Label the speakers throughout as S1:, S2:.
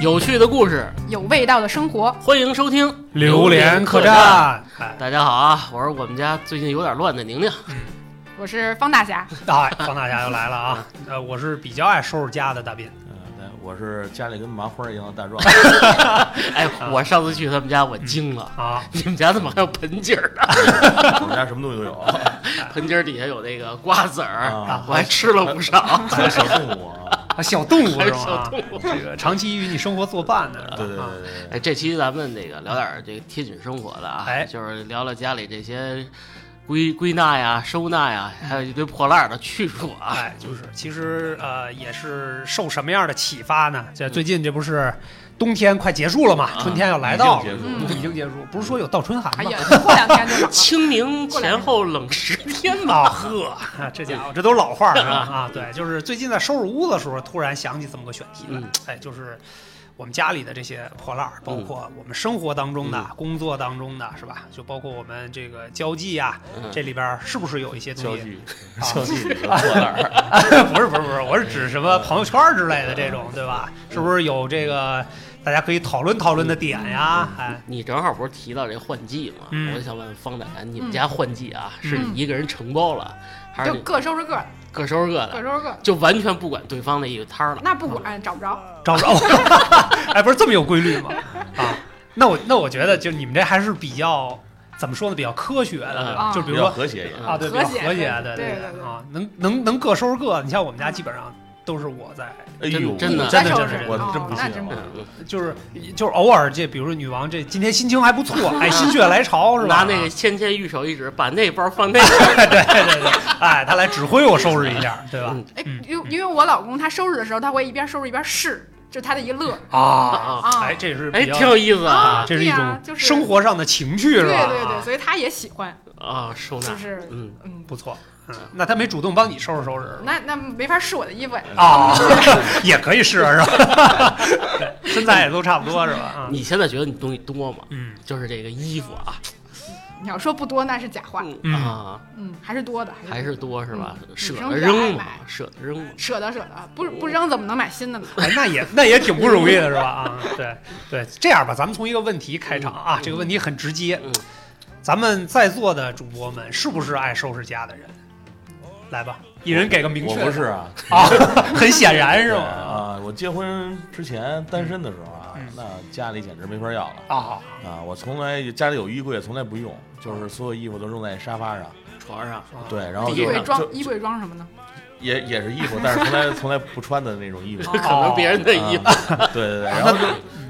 S1: 有趣的故事，
S2: 有味道的生活。
S1: 欢迎收听。
S3: 榴莲客栈，哎，
S1: 大家好啊，我是我们家最近有点乱的宁 宁。
S2: 我是方大侠，
S3: 哎，方大侠又来了啊！ 呃，我是比较爱收拾家的大斌，
S4: 嗯，对，我是家里跟麻花一样的大壮，
S1: 哎，我上次去他们家，我惊了，
S3: 啊，
S1: 你们家怎么还有盆景儿呢？啊
S4: 我们家什么东西都有，
S1: 盆景儿底下有那个瓜子儿，
S4: 啊，
S1: 我还吃了不 少。
S4: 还有小动物啊，
S3: 啊 小动物
S1: 还
S3: 是
S1: 有
S3: 吧？
S1: 小
S3: 啊
S1: 动
S3: 这个长期与你生活作伴的，
S4: 对对
S3: 啊
S4: 对对对，
S1: 哎，这期咱们那个聊点儿这个贴紧生活的啊，
S3: 哎
S1: 就是聊聊家里这些归归纳呀、收纳呀，还有一堆破烂儿的去处啊。
S3: 哎，就是其实呃，也是受什么样的启发呢？这最近这不是冬天快结束了嘛，春天要来到
S4: 啊已经
S3: 了，
S4: 结束
S2: 嗯
S3: 已经结束，不是说有倒春寒
S2: 哎
S3: 吗
S2: 呀？，过两天就 好了。
S1: 清明前后冷十天吧，
S3: 啊呵，啊这家伙这都是老话儿是吧？啊，对，就是最近在收拾屋子的时候，突然想起这么个选题来
S1: 嗯，
S3: 哎，就是我们家里的这些破烂儿，包括我们生活当中的、工作当中的，是吧？就包括我们这个交际啊，
S1: 嗯
S3: 这里边儿是不是有一些东
S4: 交
S3: 西？
S4: 际
S3: 啊
S4: 交际里的破烂儿，
S3: 不是不是不是，我是指什么朋友圈儿之类的这种，对吧？是不是有这个大家可以讨论讨论的点呀？哎，
S1: 你正好不是提到这换季吗？
S3: 嗯
S1: 我就想问方大侠，你们家换季啊，是
S2: 嗯
S1: 你一个人承包了，还是
S2: 就
S1: 你
S2: 各收拾各，
S1: 各收拾各
S2: 各
S1: 的，
S2: 收拾各，
S1: 就完全不管对方的一个摊儿了？
S2: 那不管找不着。
S3: 找不着， 哎，不是这么有规律吗？啊，那我那我觉得就你们这还是比较怎么说呢？比较科学的，对吧？
S2: 啊
S3: 就比
S4: 比
S3: 如
S4: 较
S3: 说
S4: 和谐
S1: 嗯
S4: 一点，
S3: 啊，对，比
S2: 和
S3: 较
S2: 谐
S3: 和谐
S2: 和谐
S3: 的，
S2: 对对
S3: 对
S2: 对
S3: 啊，能能能各收拾各。你像我们家基本上都是我在，
S4: 哎
S1: 真的
S4: 呦，我
S3: 真的
S2: 你在
S3: 真的
S2: 收拾
S4: 我
S2: 哦
S4: 真不
S2: 那
S4: 信
S2: 真不
S4: 啊，
S1: 嗯
S3: 就是就是偶尔这，比如说女王这今天心情还不错，哎，心血来潮是 吧？
S2: 啊
S1: 拿那个纤纤玉手一指，把那包放那边。
S3: 对对对，哎，他来指挥我收拾一下，对吧？
S1: 嗯
S2: 哎
S3: 嗯，
S2: 因因为我老公他收拾的时候，他会一边收拾一边试，这是他的一乐。
S3: 啊
S2: 啊
S3: 哎，这是
S1: 哎，
S3: 比较
S1: 挺有意思
S3: 啊
S1: 啊，
S3: 这是
S2: 对
S3: 一
S2: 呀
S3: 种
S2: 就是
S3: 生活上的情趣
S2: 对
S3: 是吧？
S2: 对对，
S3: 啊
S2: 所以他也喜欢，
S1: 啊，收纳
S2: 就，是
S1: 嗯，
S2: 嗯，
S3: 不错。嗯，那他没主动帮你收拾收 拾是吧
S2: 那那没法试我的衣服呀。
S4: 嗯
S3: 啊， 也可以试是吧？ 对身材也都差不多是吧？啊，
S1: 你现在觉得你东西多吗？
S3: 嗯，
S1: 就是这个衣服啊，
S2: 你要说不多那是假话，
S3: 嗯
S1: 啊，
S2: 嗯，还是多的，
S1: 还是多是吧？舍
S2: 生
S1: 得
S2: 比较爱
S1: 扔嘛
S2: 买，
S1: 舍得扔嘛。
S2: 舍得舍得，不不扔怎么能买新的呢？
S3: 哎，那也那也挺不容易的是吧？啊，对对，这样吧，咱们从一个问题开场啊，这个问题很直接
S1: 嗯，
S3: 咱们在座的主播们是不是爱收拾家的人？来吧，一人给个明确
S4: 我
S3: 的。
S4: 不是啊，
S3: 啊， 很显然是
S4: 对
S3: 吧？
S4: 啊，我结婚之前单身的时候啊
S3: 嗯，
S4: 那家里简直没法要了
S3: 啊，
S4: 啊，我从来家里有衣柜，从来不用，就是所有衣服都扔在沙发上，
S3: 啊
S1: 床上，
S4: 对，然后
S2: 衣
S4: 就
S2: 柜
S4: 就
S2: 装衣柜装什么呢？
S4: 也也是衣服，但是从来从来不穿的那种衣
S3: 哦
S4: 服。
S1: 可能别人的衣服，
S4: 啊对对对，然后就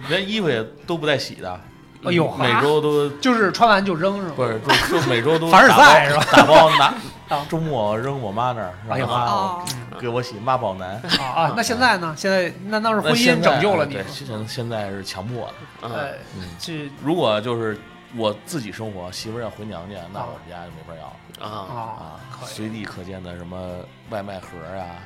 S4: 连衣服也都不带洗的，
S3: 哎呦，
S4: 嗯每周都
S3: 就是穿完就扔是吧？
S4: 不是就就每周都
S3: 凡尔
S4: 打包
S3: 赛是吧？
S4: 打包拿
S3: 啊，
S4: 周末扔我妈那儿，
S3: 哎呦
S4: 让我妈
S2: 哦，
S4: 给我洗妈宝男。
S3: 啊啊，那现在呢？现在那那是
S4: 那
S3: 婚
S4: 现
S3: 姻
S4: 在
S3: 拯救了你
S4: 对，。现现在是强迫的。
S1: 嗯
S3: 呃
S4: 嗯，
S3: 这
S4: 如果就是我自己生活，媳妇儿要回娘家，那我们家就没法要了
S1: 啊。
S3: 啊，
S4: 啊
S3: 可。以
S4: 随地可见的什么外卖盒啊，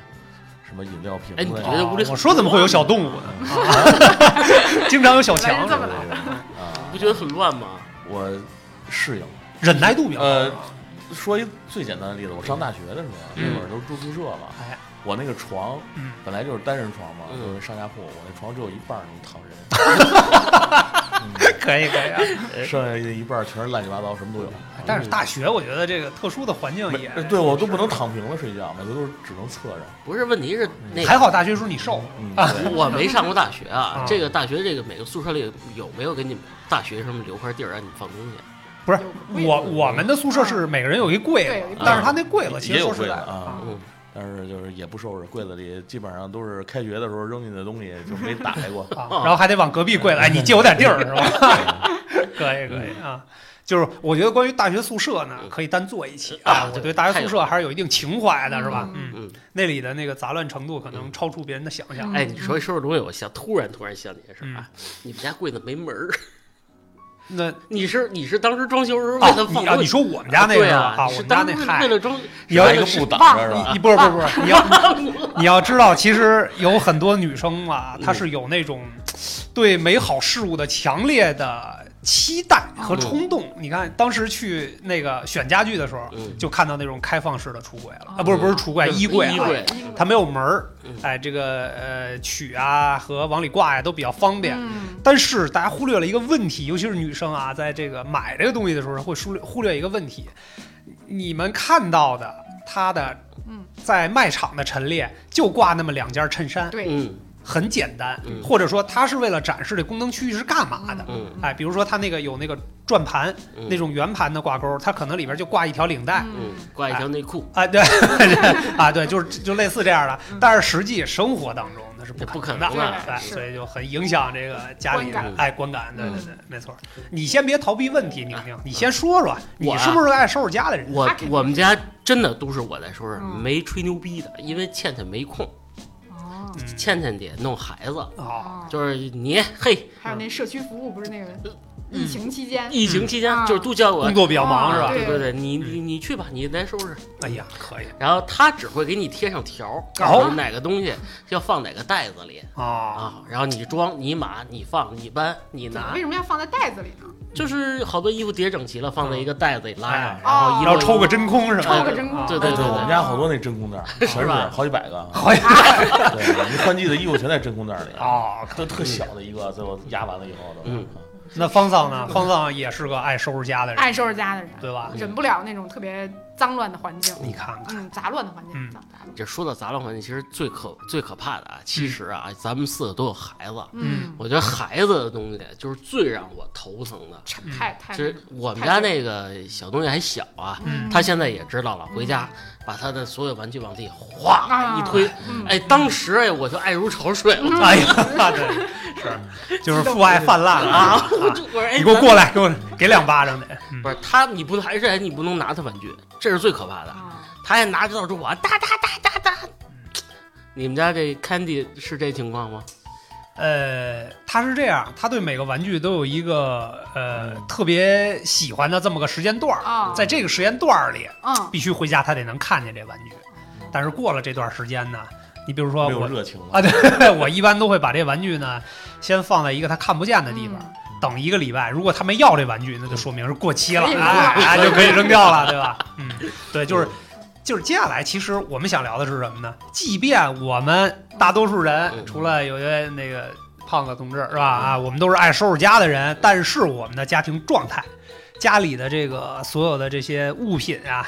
S4: 什么饮料瓶
S1: 哎你
S4: 子
S1: 觉得
S4: 呀，
S1: 无理
S3: 啊我说怎么会有小动物呢？啊 经常有小强
S2: 原来是
S3: 是
S2: 这
S3: 吧
S2: 么，
S4: 对对对啊，
S1: 不觉得很乱吗？
S3: 嗯
S4: 我适应了。
S3: 忍耐度比较高
S4: 呃
S3: 是吧。
S4: 说一最简单的例子，我上大学的时候，
S3: 嗯
S4: 那会儿都住宿舍嘛，
S3: 哎
S4: 我那个床
S3: 嗯
S4: 本来就是单人床嘛，
S1: 嗯
S4: 就是上下铺，我那床只有一半儿能躺人，
S3: 可以可以啊。
S4: 剩下一半儿全是乱七八糟，什么都有。
S3: 哎但是大学我觉得这个特殊的环境也
S4: 没对我都不能躺平了睡觉，每回都是只能侧着。
S1: 不是，问题是那个
S3: 还好大学时候你瘦
S4: 嗯，
S3: 啊
S4: 对
S1: 我没上过大学啊
S3: 啊，
S1: 这个大学这个每个宿舍里有没有给你们大学生留块地儿让你放东西？啊
S3: 不是
S2: 有柜
S3: 我我们的宿舍是每个人有一柜
S2: 对有一柜，
S3: 子
S2: 子
S3: 但是他那柜 子其
S4: 也
S3: 实
S4: 有
S3: 说实
S4: 柜
S3: 在
S4: 子
S3: 的
S4: 啊
S1: 嗯，
S4: 但是就是也不收拾，柜子里基本上都是开学的时候扔进去的东西，就没打开过。
S3: 啊，然后还得往隔壁跪了，哎，你借我点地儿是吧？ 可以可
S1: 嗯
S3: 以啊，就是我觉得关于大学宿舍呢，可以单做一期
S1: 啊
S3: 啊。我
S1: 对
S3: 对大学
S1: 太
S3: 宿
S1: 有
S3: 舍还是有一定情怀的，是吧？
S2: 嗯
S3: 嗯，
S1: 嗯，
S3: 那里的那个杂乱程度可能超出别人的想象。
S1: 哎，你说一收拾东西，我想突然突然想起一件事儿
S3: 嗯
S1: 啊，你们家柜子没门儿，
S3: 那
S1: 你是你是当时装修时候为
S3: 啊
S1: 了，放
S3: 你啊，
S1: 东
S3: 你
S1: 西
S3: 说我们家那
S1: 对
S3: 个吧
S1: 啊，
S3: 啊，
S1: 你
S3: 我
S1: 是
S3: 们家
S1: 当
S3: 那
S1: 时
S3: 嗨
S1: 为，了装
S3: 你要
S4: 拿一个布挡着是
S3: 你
S4: 吧？
S3: 你不是不是不是，你要 你要知道，其实有
S1: 嗯
S3: 很多女生啊，她是有那种对美好事物的强烈的期待
S1: 嗯
S3: 和冲动。你看当时去那个选家具的时候，
S1: 嗯
S3: 就看到那种开放式的橱柜了
S2: 哦
S3: 啊，不是不是橱柜，
S1: 嗯
S3: 衣柜
S1: 衣
S3: 啊，
S1: 柜
S2: 对
S3: 它没有门儿
S1: 嗯，
S3: 哎，这个呃取啊和往里挂呀都比较方便。
S2: 嗯
S3: 但是大家忽略了一个问题，尤其是女生啊，在这个买这个东西的时候会忽略忽略一个问题，你们看到的它的
S2: 嗯，
S3: 在卖场的陈列就挂那么两件衬衫，
S2: 对，
S1: 嗯
S3: 很简单，
S1: 嗯
S3: 或者说它是为了展示这功能区域是干嘛的。
S1: 嗯
S3: 哎，比如说它那个有那个转盘，
S1: 嗯
S3: 那种圆盘的挂钩，它可能里边就挂一条领带，
S1: 嗯，挂一条内裤，
S3: 啊，对， 啊，对，就是就类似这样的，但是实际生活当中那是不
S1: 不
S3: 可
S1: 可
S3: 能啊
S1: 能
S3: 的
S1: 的，
S3: 对，
S2: 嗯是
S3: 所以就很影响这个家里的
S1: 观感
S3: 哎观感，对对
S2: 嗯
S3: 对，没错。你先别逃避问题，宁宁，你先说说，你是不是个爱收拾家的人？
S1: 我
S2: 他肯定
S1: 我们家真的都是我在收拾，
S2: 嗯
S1: 没吹牛逼的，因为倩倩没空，
S2: 哦
S3: 嗯
S1: 倩倩得弄孩子，
S3: 啊，
S2: 哦，
S1: 就是你嘿，
S2: 还
S4: 嗯
S2: 有那社区服务不是那个
S3: 嗯
S2: 疫情期间
S1: 疫情期间
S2: 嗯
S1: 就是都叫我
S3: 工，作比较忙是
S2: 啊
S3: 吧？
S1: 啊对对对，你你你去吧，你来收拾。
S3: 哎呀，可以
S1: 然后他只会给你贴上条儿，告诉你哪个东西要放哪个袋子里
S3: 啊，
S1: 啊，然后你装、你码、你放、你搬、你
S2: 怎么
S1: 拿
S2: 为，什么要放在袋子里呢？
S1: 就是好多衣服叠整齐了，放在一个袋子里拉上
S3: 哎，
S1: 然后一
S3: 然
S1: 摞
S3: 后抽个真空是吧？啊
S2: 抽个真空
S1: 啊对
S4: 对
S1: 对对
S3: 哦
S4: 对，我哦们家好多那真空袋儿，全是
S1: 吧
S4: 好几百个。啊
S3: 好呀，
S4: 对，你换季的衣服全在真空袋里，
S3: 哦，
S4: 都特小的一个，最后压完了以后都。
S1: 嗯
S3: 那方丧呢？方丧也是个爱收拾家的人，
S2: 爱收拾家的人，
S3: 对吧？
S2: 忍不了那种特别脏乱的环境，
S3: 你看看，
S2: 嗯，杂乱的环境，
S3: 嗯
S2: 杂杂乱，
S1: 这说到杂乱环境，其实最可最可怕的啊，其实啊，咱们四个都有孩子，
S2: 嗯，
S1: 我觉得孩子的东西就是最让我头疼的。
S2: 太太太
S1: 嗯其实我们
S2: 太
S1: 家
S2: 对
S1: 那个小东西还小啊，
S3: 嗯
S1: 他现在也知道了，回家把他的所有玩具往地哗
S2: 啊
S1: 一推，
S2: 嗯
S1: 哎，当时哎我就爱如潮水了
S3: 哎呀，对，是，就是父爱泛滥 了
S1: 啊！我就我 说哎，
S3: 你给我
S1: 咱
S3: 过来，给我给两巴掌得。嗯
S1: 不是他，你不还是哎你不能拿他玩具，这是最可怕的。
S2: 啊，
S1: 他还拿着到处玩，哒哒哒哒哒。你们家这 Candy 是这情况吗？
S3: 呃，他是这样，他对每个玩具都有一个呃特别喜欢的这么个时间段儿，
S2: 啊
S3: 在这个时间段儿里，
S2: 嗯，
S3: 必须回家他得能看见这玩具。但是过了这段时间呢，你比如说
S4: 没有
S3: 我
S4: 热情了。
S3: 啊，对 我一般都会把这玩具呢先放在一个他看不见的地方。
S2: 嗯
S3: 等一个礼拜，如果他没要这玩具，那就说明是过期了，
S2: 可以扔了
S3: 哎，哎就可以扔掉了，对吧？嗯，对，就是就是接下来，其实我们想聊的是什么呢？即便我们大多数人，
S1: 嗯
S3: 除了有些那个胖子同志是吧？啊，我们都是爱收拾家的人，但是我们的家庭状态，家里的这个所有的这些物品啊，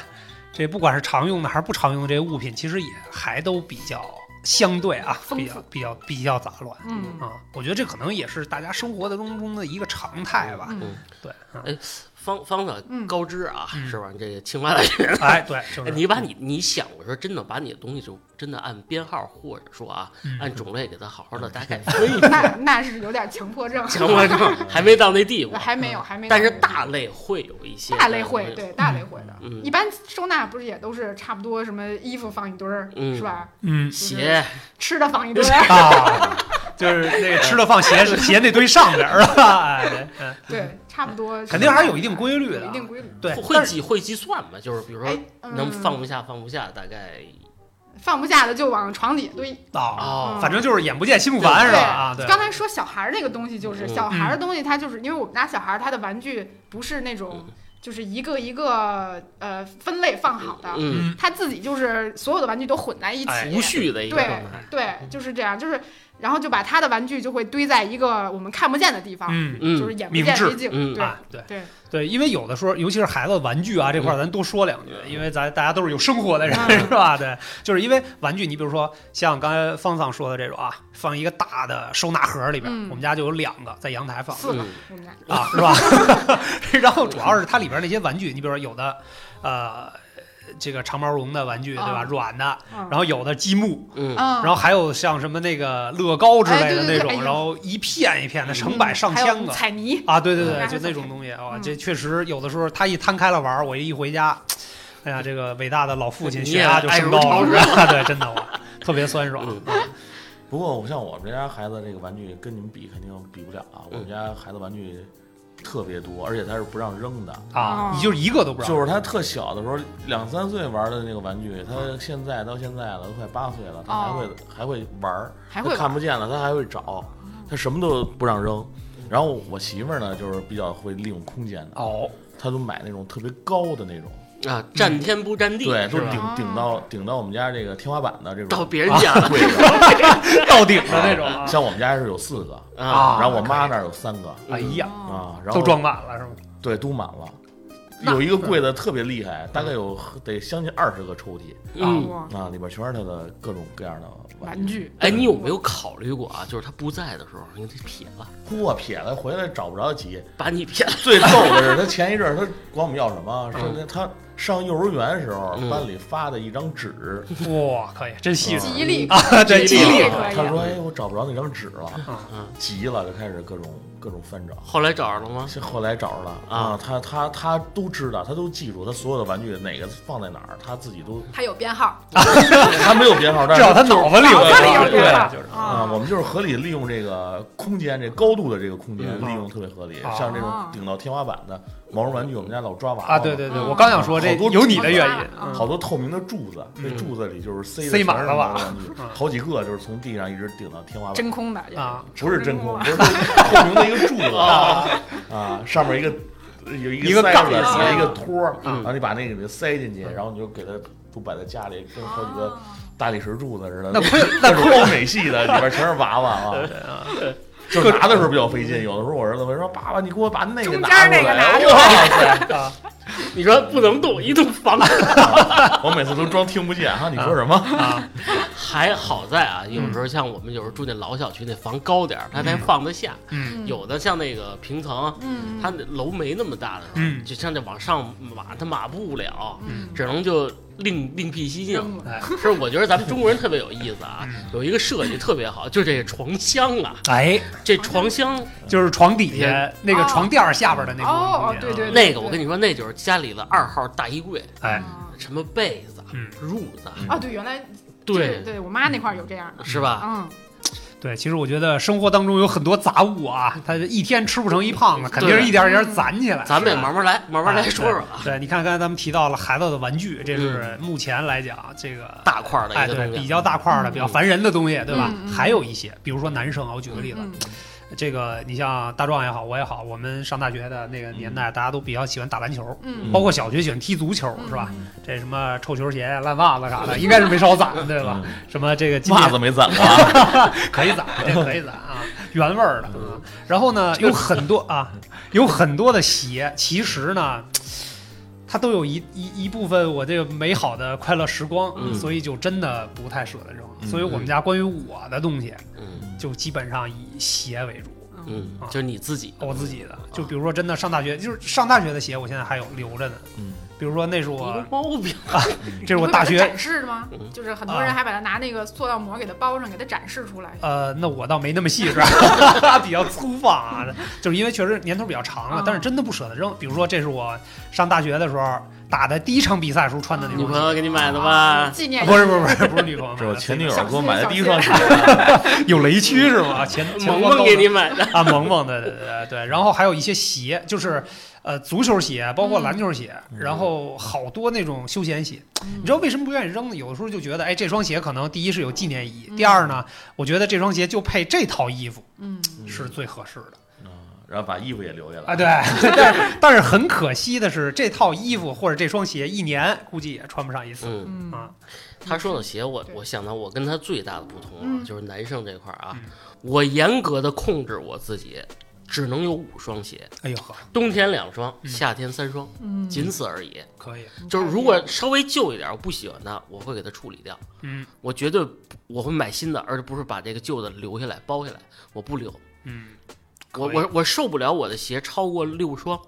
S3: 这不管是常用的还是不常用的这些物品，其实也还都比较相对啊，
S2: 丰
S3: 比
S2: 富
S3: 较比较比较杂乱。
S2: 嗯
S3: 啊，我觉得这可能也是大家生活的当中的一个常态吧。
S2: 嗯
S3: 对，啊
S1: 哎方方子
S2: 嗯嗯
S1: 高知啊，
S3: 嗯
S1: 是吧？这个青蛙大学
S3: 哎，对，就是
S1: 哎 你把你你想，我说真的，把你的东西就真的按编号或者说啊，
S3: 嗯
S1: 按种类给它好好
S2: 嗯
S1: 的大概分 一分，
S2: 那那是有点强迫症，
S1: 强迫症还没到那地步，
S2: 嗯还没有，还没有，
S1: 但是大类会有一些
S2: 大类会，对大类会的，
S1: 嗯
S2: 一般收纳不是也都是差不多，什么衣服放一堆儿，
S1: 嗯
S2: 是吧？
S3: 嗯
S1: 鞋
S2: 吃的放一堆儿，
S3: 啊，就是那个吃的放鞋鞋那堆上边儿了，哎，嗯
S2: 对，差不多，
S3: 哎肯定还是有一定规律
S2: 有
S3: 的啊
S2: 一。定规律。
S3: 对，
S1: 会
S3: 但是
S1: 计会计算嘛，就是比如说
S2: 哎，嗯
S1: 能放不下放不下，大概
S2: 放不下的就往床底下堆，
S3: 啊，
S1: 哦，
S3: 反正就是眼不见心不烦是吧？啊，对，
S2: 刚才说小孩儿那个东西，就是
S1: 嗯
S2: 小孩儿的东西，它就是因为我们家小孩儿他的玩具不是那种
S1: 嗯
S2: 就是一个一个呃分类放好的，
S1: 嗯，
S2: 他自己就是所有的玩具都混在一起，
S3: 哎
S1: 无序的一个
S2: 对
S1: 状态，
S2: 对，就是这样，就是然后就把他的玩具就会堆在一个我们看不见的地方，
S3: 嗯
S2: 就是
S1: 嗯
S2: 眼不
S3: 明
S2: 见
S3: 智
S2: 为净，
S1: 嗯
S2: 对、
S3: 啊，对
S2: 对，
S3: 对，因为有的时候，尤其是孩子玩具啊这块儿，咱多说两句，因为咱大家都是有生活的人
S2: 嗯
S3: 是吧？对，就是因为玩具，你比如说像刚才方桑说的这种啊，放一个大的收纳盒里边，
S2: 嗯
S3: 我们家就有两个在阳台放，
S2: 四个
S1: 嗯
S2: 我们家，
S3: 啊，是吧？ 然后主要是它里边那些玩具，你比如说有的，呃，这个长毛绒的玩具，对吧？
S2: 啊
S3: 软的，
S2: 嗯
S3: 然后有的积木，
S1: 嗯，
S2: 嗯，
S3: 然后还有像什么那个乐高之类的
S2: 哎对
S3: 那
S2: 对对
S3: 种，
S2: 哎呦嗯
S3: 然后一片一片的，成百上
S2: 还
S3: 千
S2: 有
S3: 个。
S2: 彩泥，
S3: 啊，对对对，
S2: 嗯
S3: 就那种东西啊，
S2: 嗯
S3: 这确实有的时候他一摊开了玩儿，我一回家，哎呀，这个伟大的老父亲
S1: 你
S3: 血
S1: 也
S3: 压就
S1: 爱
S3: 升
S1: 如
S3: 高
S1: 潮
S3: 了， 啊对，真的我特别酸爽。
S1: 嗯
S4: 不过我像我们家孩子这个玩具跟你们比肯定比不了啊，我们家孩子玩具特别多，而且他是不让扔的。
S3: 啊
S2: 哦，
S3: 你就是一个都不让，
S4: 就是他特小的时嗯候，两三岁玩的那个玩具，他现在到现在了，都快八岁了，他还会、还会玩儿，
S2: 还会
S4: 他看不见了，他还会找，他什么都不让扔。然后我媳妇儿呢，就是比较会利用空间的，
S3: 哦，
S4: 她都买那种特别高的那种，
S1: 啊，占天不占地，
S4: 对，都
S1: 是
S4: 是
S1: 吧？
S4: 顶顶到顶到我们家这个天花板的这
S1: 到
S4: 种
S1: 别人家了
S4: 柜子。
S3: 到顶的那种啊
S4: 像我们家是有四个，
S1: 啊，
S4: 然后我妈那儿有三个
S3: 哎呀，
S2: 哦
S4: 啊，然后
S3: 都装满了是吗？
S4: 对，都满了。
S1: 那
S4: 有一个柜子特别厉害，大概有得将近二十个抽屉
S1: 嗯。
S2: 哇
S4: 啊，里边全是她的各种各样的
S2: 玩
S4: 具。
S2: 具，
S1: 哎，你有没有考虑过啊？就是他不在的时候，你给他撇了，
S4: 嚯，撇了回来找不着急。
S1: 把你撇了。
S4: 最逗的是，她前一阵儿她管我们要什么，
S1: 嗯
S4: 说她上幼儿园时候
S1: 嗯
S4: 班里发的一张纸，
S3: 哇，可以，真细致
S2: 记忆力
S3: 啊！这
S1: 记忆
S3: 记忆
S1: 力
S3: 力
S2: 可以啊
S4: 她说：“哎，我找不着那张纸了。
S1: 嗯”
S4: 急了，就开始各种各种翻找。
S1: 后来找着了吗？
S4: 是后来找着了
S1: 啊
S4: 啊，她她她都知道，她都记住，她所有的玩具哪个放在哪儿，她自己都
S5: 它有编号，
S4: 她没有编号，但
S3: 至
S4: 是
S3: 少他脑子里有
S2: 脑子里有
S3: 对
S2: 编号
S3: 就是
S4: 啊，我们就是合理利用这个空间，这高度的这个空间
S1: 嗯
S4: 利用特别合理。
S3: 啊
S4: 像这种
S2: 啊
S4: 顶到天花板的毛绒玩具，我们家老抓娃娃
S3: 啊，对
S4: 嘛，
S3: 对对，
S2: 嗯
S3: 我刚想说这
S4: 好多
S3: 有你的原因，
S2: 嗯
S4: 好多透明的柱子，那
S3: 嗯
S4: 柱子里就是塞
S3: 塞
S4: 的全
S3: 满
S4: 是
S3: 了
S4: 毛绒
S3: 吧
S4: 玩具
S3: 嗯，
S4: 好几个就是从地上一直顶到天花板，
S2: 真空的也是
S3: 啊，
S4: 不是真
S2: 真空
S4: 空，
S2: 啊
S4: 不是都是透明的一个柱子啊啊，上面一个有一
S3: 一个
S4: 塞
S3: 杠
S4: 子，
S3: 子
S2: 啊
S4: 底下一个托儿，
S1: 嗯
S4: 然后你把那个给塞进
S2: 嗯
S4: 去，然后你就给它就摆在家里，跟好几
S2: 哦
S4: 个大理石柱子似的，
S3: 那亏
S4: 那种欧美系的，里边全是娃娃啊。 就
S3: 各
S4: 拿的时候比较费劲，有的时候我儿子会说：“爸爸，你给我把那个
S2: 中
S4: 拿
S2: 间
S4: 出
S2: 那个
S4: 来。”
S2: 拿出
S4: 哇
S3: 啊，
S1: 你说不能动，一动防。
S4: 塞！我每次都装听不见哈，你说什
S2: 啊
S4: 么？
S3: 啊
S1: 还好在啊，有时候像我们有时候住那老小区，那房高点儿，它才放得下。
S3: 嗯
S1: 有的像那个平层，
S2: 嗯，
S1: 它那楼没那么大的时候，
S3: 嗯
S1: 就像这往上码，它码不了，
S2: 嗯
S1: 只能就另另辟蹊径。
S2: 扔了
S3: 哎
S1: 是，我觉得咱们中国人特别有意思啊
S3: 嗯，
S1: 有一个设计特别好，就这床箱啊，
S3: 哎，
S1: 这床箱
S3: 就是床底下那个床垫儿下边的那个
S2: 哦
S3: 空间啊
S2: 对对
S1: 那个，我跟你说，那就是家里的二号大衣柜，
S3: 哎，
S1: 什么被子、
S3: 嗯，
S1: 褥子，
S2: 啊，对，原来
S1: 对，
S2: 对我妈那块儿有这样的，
S1: 是
S3: 啊
S1: 吧？
S2: 嗯，
S3: 对，其实我觉得生活当中有很多杂物啊，他一天吃不成一胖子，肯定是一点儿一点儿攒起来。
S1: 嗯咱们也
S3: 是吧哎
S1: 慢慢来，慢慢来说说啊，
S3: 嗯
S1: 嗯
S3: 对，你看刚才咱们提到了孩子的玩具，这是目前来讲这个
S1: 大块儿的
S3: 哎，
S1: 一个
S3: 对，
S1: 东
S3: 比
S1: 西，啊
S3: 较大块儿的、
S2: 嗯
S3: 比较烦人的东西，对吧
S2: 嗯？嗯
S3: 还有一些，比如说男生啊，我举个例子，
S2: 嗯
S3: 这个你像大壮也好，我也好，我们上大学的那
S1: 嗯
S3: 个年代，大家都比较喜欢打篮球，
S2: 嗯
S3: 包括小学喜欢踢足球，
S2: 嗯
S3: 是吧？这什么臭球鞋、烂袜子啥的，应该是没少攒，对吧？
S1: 嗯
S3: 什么这个今
S4: 袜
S3: 年
S4: 子没攒过啊，
S3: 可以攒，这可以攒啊，原味儿的啊。然后呢，有很多啊，有很多的鞋，其实呢。它都有一一一部分我这个美好的快乐时光，
S1: 嗯
S3: 所以就真的不太舍得扔。
S4: 嗯
S3: 所以我们家关于我的东西，
S1: 嗯
S3: 就基本上以鞋为主。
S1: 嗯，就是你自己，
S3: 我自己的，就比如说真的上大学，就是上大学的鞋，我现在还有留着呢。
S4: 嗯
S3: 比如说那是
S1: 你
S3: 我
S1: 个，毛病，
S3: 这是我
S2: 你会
S3: 大
S2: 把它
S3: 学，啊
S2: 展示吗
S1: 嗯？
S2: 就是很多人还把它拿那个塑料膜给它包上，给它展示出来。
S3: 呃，那我倒没那么细致啊，比较粗放啊， 就是因为确实年头比较长了
S2: 啊，
S3: 但是真的不舍得扔。比如说这是我上大学的时候打的第一场比赛时候穿的那
S1: 女
S3: 种
S1: 朋
S3: 鞋。
S1: 友给你买的吧？
S2: 啊纪念
S3: 啊不是不是不是不是女 朋友买
S4: 这
S3: 的，
S4: 是我前女
S3: 友
S4: 友给我买的第一
S2: 小
S4: 双
S2: 鞋
S4: 鞋，
S3: 有雷区是吗？前前
S1: 萌
S3: 光
S1: 萌
S3: 高
S1: 给
S3: 的
S1: 你买 的，
S3: 啊，萌萌的，对对对对。然后还有一些鞋，就是呃足球鞋，包括篮球鞋，
S4: 嗯
S3: 然后好多那种休闲鞋。
S2: 嗯
S3: 你知道为什么不愿意扔呢？有的时候就觉得，哎，这双鞋可能第一是有纪念意义，第二呢，我觉得这双鞋就配这套衣服
S2: 嗯，
S3: 是最合适的
S4: 嗯然后把衣服也留下来
S3: 啊。对，但是但是很可惜的是，这套衣服或者这双鞋一年估计也穿不上一次
S1: 嗯。
S2: 嗯
S3: 啊。
S1: 他说到鞋，我我想到我跟他最大的不同啊，
S2: 嗯
S1: 就是男生这块儿啊
S3: 嗯，
S1: 我严格的控制我自己，只能有五双鞋，
S3: 哎呦呵，
S1: 冬天两双，
S3: 嗯
S1: 夏天三双，
S2: 嗯，
S1: 仅此而已。
S3: 可以，
S1: 就是如果稍微旧一点，我不喜欢它，我会给它处理掉。
S3: 嗯
S1: 我绝对不我会买新的，而不是把这个旧的留下来包下来，我不留。
S3: 嗯。
S1: 我
S3: 可以
S1: 我我受不了我的鞋超过六 双，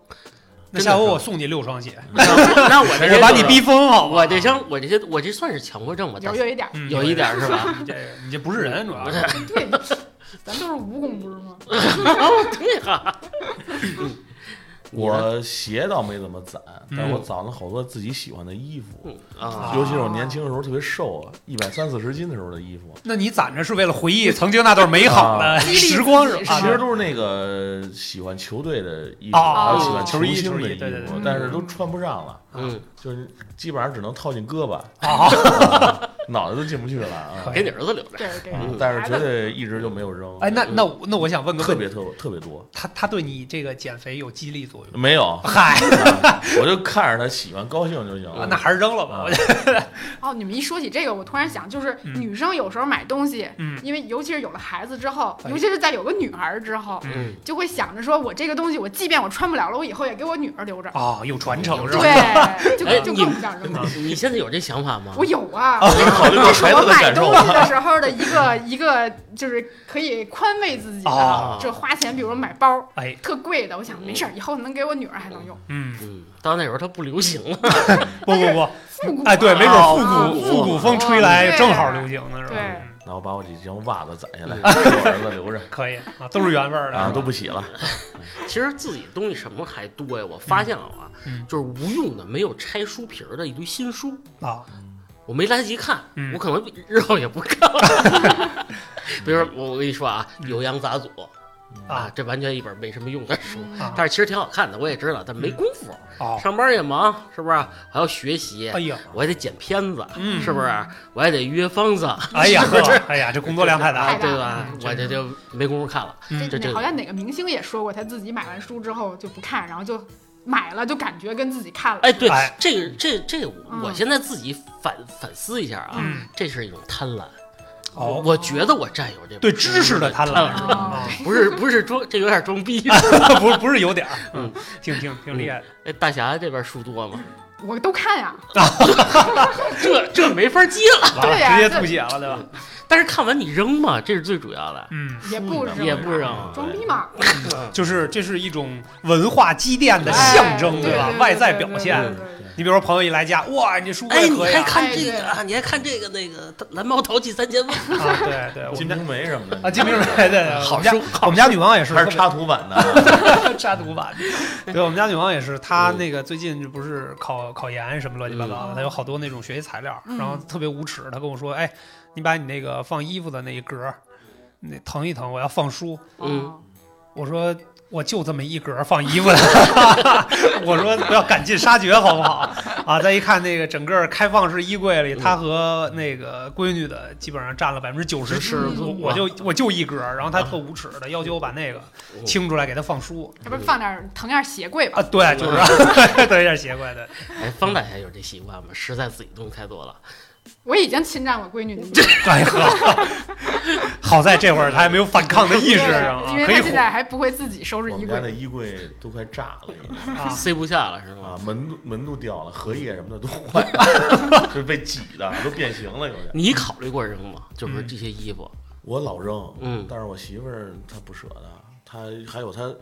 S3: 那下回我送你六双鞋，
S1: 那我这
S3: 我把你逼疯好吗？
S1: 我这双我这些我这算是强迫症吧？
S2: 有有一点儿，
S3: 嗯
S1: 有一点儿是吧？
S3: 你这你这不是人，主要
S1: 不
S3: 是
S1: 是
S2: 对，咱都是蜈蚣不是吗？
S1: 对呀，
S4: 我鞋倒没怎么攒，但
S3: 嗯
S4: 我攒了好多自己喜欢的衣服，
S1: 嗯啊，
S4: 尤其是我年轻的时候特别瘦啊，一百三四十斤的时候的衣服，
S3: 那你攒着是为了回忆曾经那段美好
S1: 啊
S3: 的
S2: 激励自己
S3: 时光，是吧？
S4: 啊其实都是那个喜欢球队的衣服，
S3: 啊
S4: 还有喜欢
S3: 球衣
S4: 球星
S3: 哦球
S4: 的
S3: 衣
S4: 衣
S3: 对对
S4: 服
S3: 对，
S4: 但是都穿不上了。
S1: 嗯，
S4: 就是基本上只能套进胳 膊，
S3: 啊好，
S4: 脑袋都进不去了啊
S3: 可
S1: 给
S3: 以。
S1: 你儿子留着。
S2: 对对
S4: 啊
S1: 嗯
S4: 但是绝对一直就没有扔。
S3: 哎，那那我那我想问个
S4: 特
S3: 问题，
S4: 别特特别多，
S3: 他他对你这个减肥有激励作用吗？，
S4: 没有
S3: 嗨，
S4: 我就看着他喜欢高兴就行
S3: 啊
S1: 嗯
S4: 了。
S3: 那还是扔了吧
S4: 啊。
S3: 我觉得
S2: 哦，你们一说起这个，我突然想，就是
S3: 嗯
S2: 女生有时候买东西，
S3: 嗯
S2: 因为尤其是有了孩子之后，
S3: 哎
S2: 尤其是在有个女儿之后，
S1: 嗯，
S2: 就会想着说，我这个东西，我即便我穿不了了，我以后也给我女儿留着。
S3: 哦，有传
S1: 嗯
S3: 承是吧？
S2: 对，就
S1: 哎
S2: 更就
S1: 你
S2: 更不想
S3: 嗯
S2: 扔了。
S1: 你现在有这想法吗
S2: 我？有啊，
S4: 没考虑过
S2: 这是
S4: 孩
S2: 我
S4: 子的
S2: 买
S4: 感受
S2: 东。西的时候的一个 一个，就是可以宽慰自己
S3: 哦
S2: 的，就花钱，比如买包
S3: 哎，
S2: 特贵的，我想没事儿，以后能给我女儿还能用。
S3: 嗯，
S1: 嗯，到那时候它不流行了。
S3: 不不不，
S2: 复古
S3: 哎，对，没准
S2: 啊
S3: 复古
S1: 哦
S3: 复古风
S2: 哦
S3: 吹来
S2: 对
S3: 正好流行呢，是吧？
S2: 对
S3: 嗯
S4: 那我把我几双袜子攒 下来，给我儿子留着
S3: 可以啊，都是原味儿的
S4: 啊，
S3: 是吧
S4: 都不洗了。
S1: 其实自己东西什么还多呀？我发现了啊，
S3: 嗯
S1: 就是无用的、没有拆书皮儿的一堆新书，
S3: 啊，
S1: 我没来得及看，
S3: 嗯
S1: 我可能日后也不看了。 比如说，我我跟你说啊，
S3: 嗯
S1: 《酉阳杂俎》
S3: 啊，
S1: 这完全一本没什么用的书，
S3: 啊
S1: 但是其实挺好看的，我也知道，但没功夫，
S3: 哦，
S1: 上班也忙，是不是？还要学习
S3: 哎，呀，
S1: 我还得剪片子，
S3: 嗯
S1: 是不是？我还得约方子，
S3: 哎呀，呵哎呀，这工作量太大
S1: 啊
S3: 了，
S1: 对
S2: 太大
S1: 吧
S2: 了？
S1: 我这就没工夫看了。
S3: 嗯
S1: 这
S2: 这
S1: 这
S2: 好像哪个明星也说过，他自己买完书之后就不看，然后就买了，就感觉跟自己看了。
S1: 哎，对
S3: 哎，
S1: 这个这这，
S2: 嗯
S1: 我现在自己反反思一下啊
S3: 嗯，
S1: 这是一种贪婪。
S3: 哦，
S1: 我觉得我占有这
S3: 对知识的贪婪
S1: 婪，
S3: 是吧？
S2: 哦
S3: 啊
S1: 不是不是装，这有点装逼。
S3: 哎 不是不是有点儿，
S1: 嗯，
S3: 挺挺挺厉
S2: 嗯
S3: 害的。
S1: 哎，大侠这边书多吗？
S2: 我都看呀，
S1: 这这没法接了。
S3: 完了，
S2: 对呀
S3: 直接
S2: 这
S3: 吐血了，对吧？
S1: 但是看完你扔嘛，这是最主要的。
S3: 嗯，
S2: 也不扔，啊
S1: 也不扔
S2: 装逼嘛。
S3: 哎就是这是一种文化积淀的
S2: 哎
S3: 象征，
S2: 对
S3: 吧
S2: 对？对
S3: 外在表
S2: 对
S3: 现。
S2: 对对对
S3: 你比如说朋友一来家，哇，你这书
S1: 哎，
S3: 柜
S1: 你
S3: 可以
S1: 还
S3: 啊，
S1: 看这个啊？你还看这个那个蓝猫淘气三千问？
S3: 啊对对，我
S4: 金
S3: 们家
S4: 瓶梅什么的
S3: 啊，金瓶梅，对对，对我
S1: 好
S3: 们家
S1: 书
S3: 我们家女王 也是，
S4: 还是插图版的，啊
S3: 插 图版。对，我们家女王也是，她那个最近这不是考考研什么乱七八糟
S2: 嗯
S3: 的，她有好多那种学习材料，
S2: 嗯
S3: 然后特别无耻，她跟我说：“哎，你把你那个放衣服的那一格儿，那腾一腾，我要放书。
S1: 嗯，
S2: 哦”
S3: 我说。我就这么一格儿放衣服 的， 我说不要赶尽杀绝，好不好？啊，再一看那个整个开放式衣柜
S2: 嗯
S3: 里，她和那个闺女的基本上占了百分之九十
S1: 是
S2: 嗯
S3: 我我就我就一格儿，然后她特无耻的要求我把那个
S2: 嗯
S3: 清出来给她放书，
S2: 要不然放点儿腾点儿鞋柜吧
S3: 啊，。对，就是对，有点邪怪的。
S1: 哎，方大侠有这习惯吗？实在自己东西太多了，
S2: 我已经侵占我闺女 的地位
S3: 哎呵，好在这会儿他还没有反抗的意识，是吧
S2: 了，因为
S3: 可以
S2: 她现
S3: 哄
S2: 在还不会自己收拾
S4: 我
S2: 衣
S4: 们家的
S2: 柜。
S4: 衣柜都快炸了已经。
S3: 啊。
S1: 塞不下了是吗？
S4: 啊，门都门都掉了，荷叶什么的都坏了，就是被挤的，都变形了有点。
S1: 你考虑过扔吗？
S3: 嗯
S1: 就是这些衣服，
S4: 我老扔，
S1: 嗯
S4: 但是我媳妇儿她不舍得，她还有她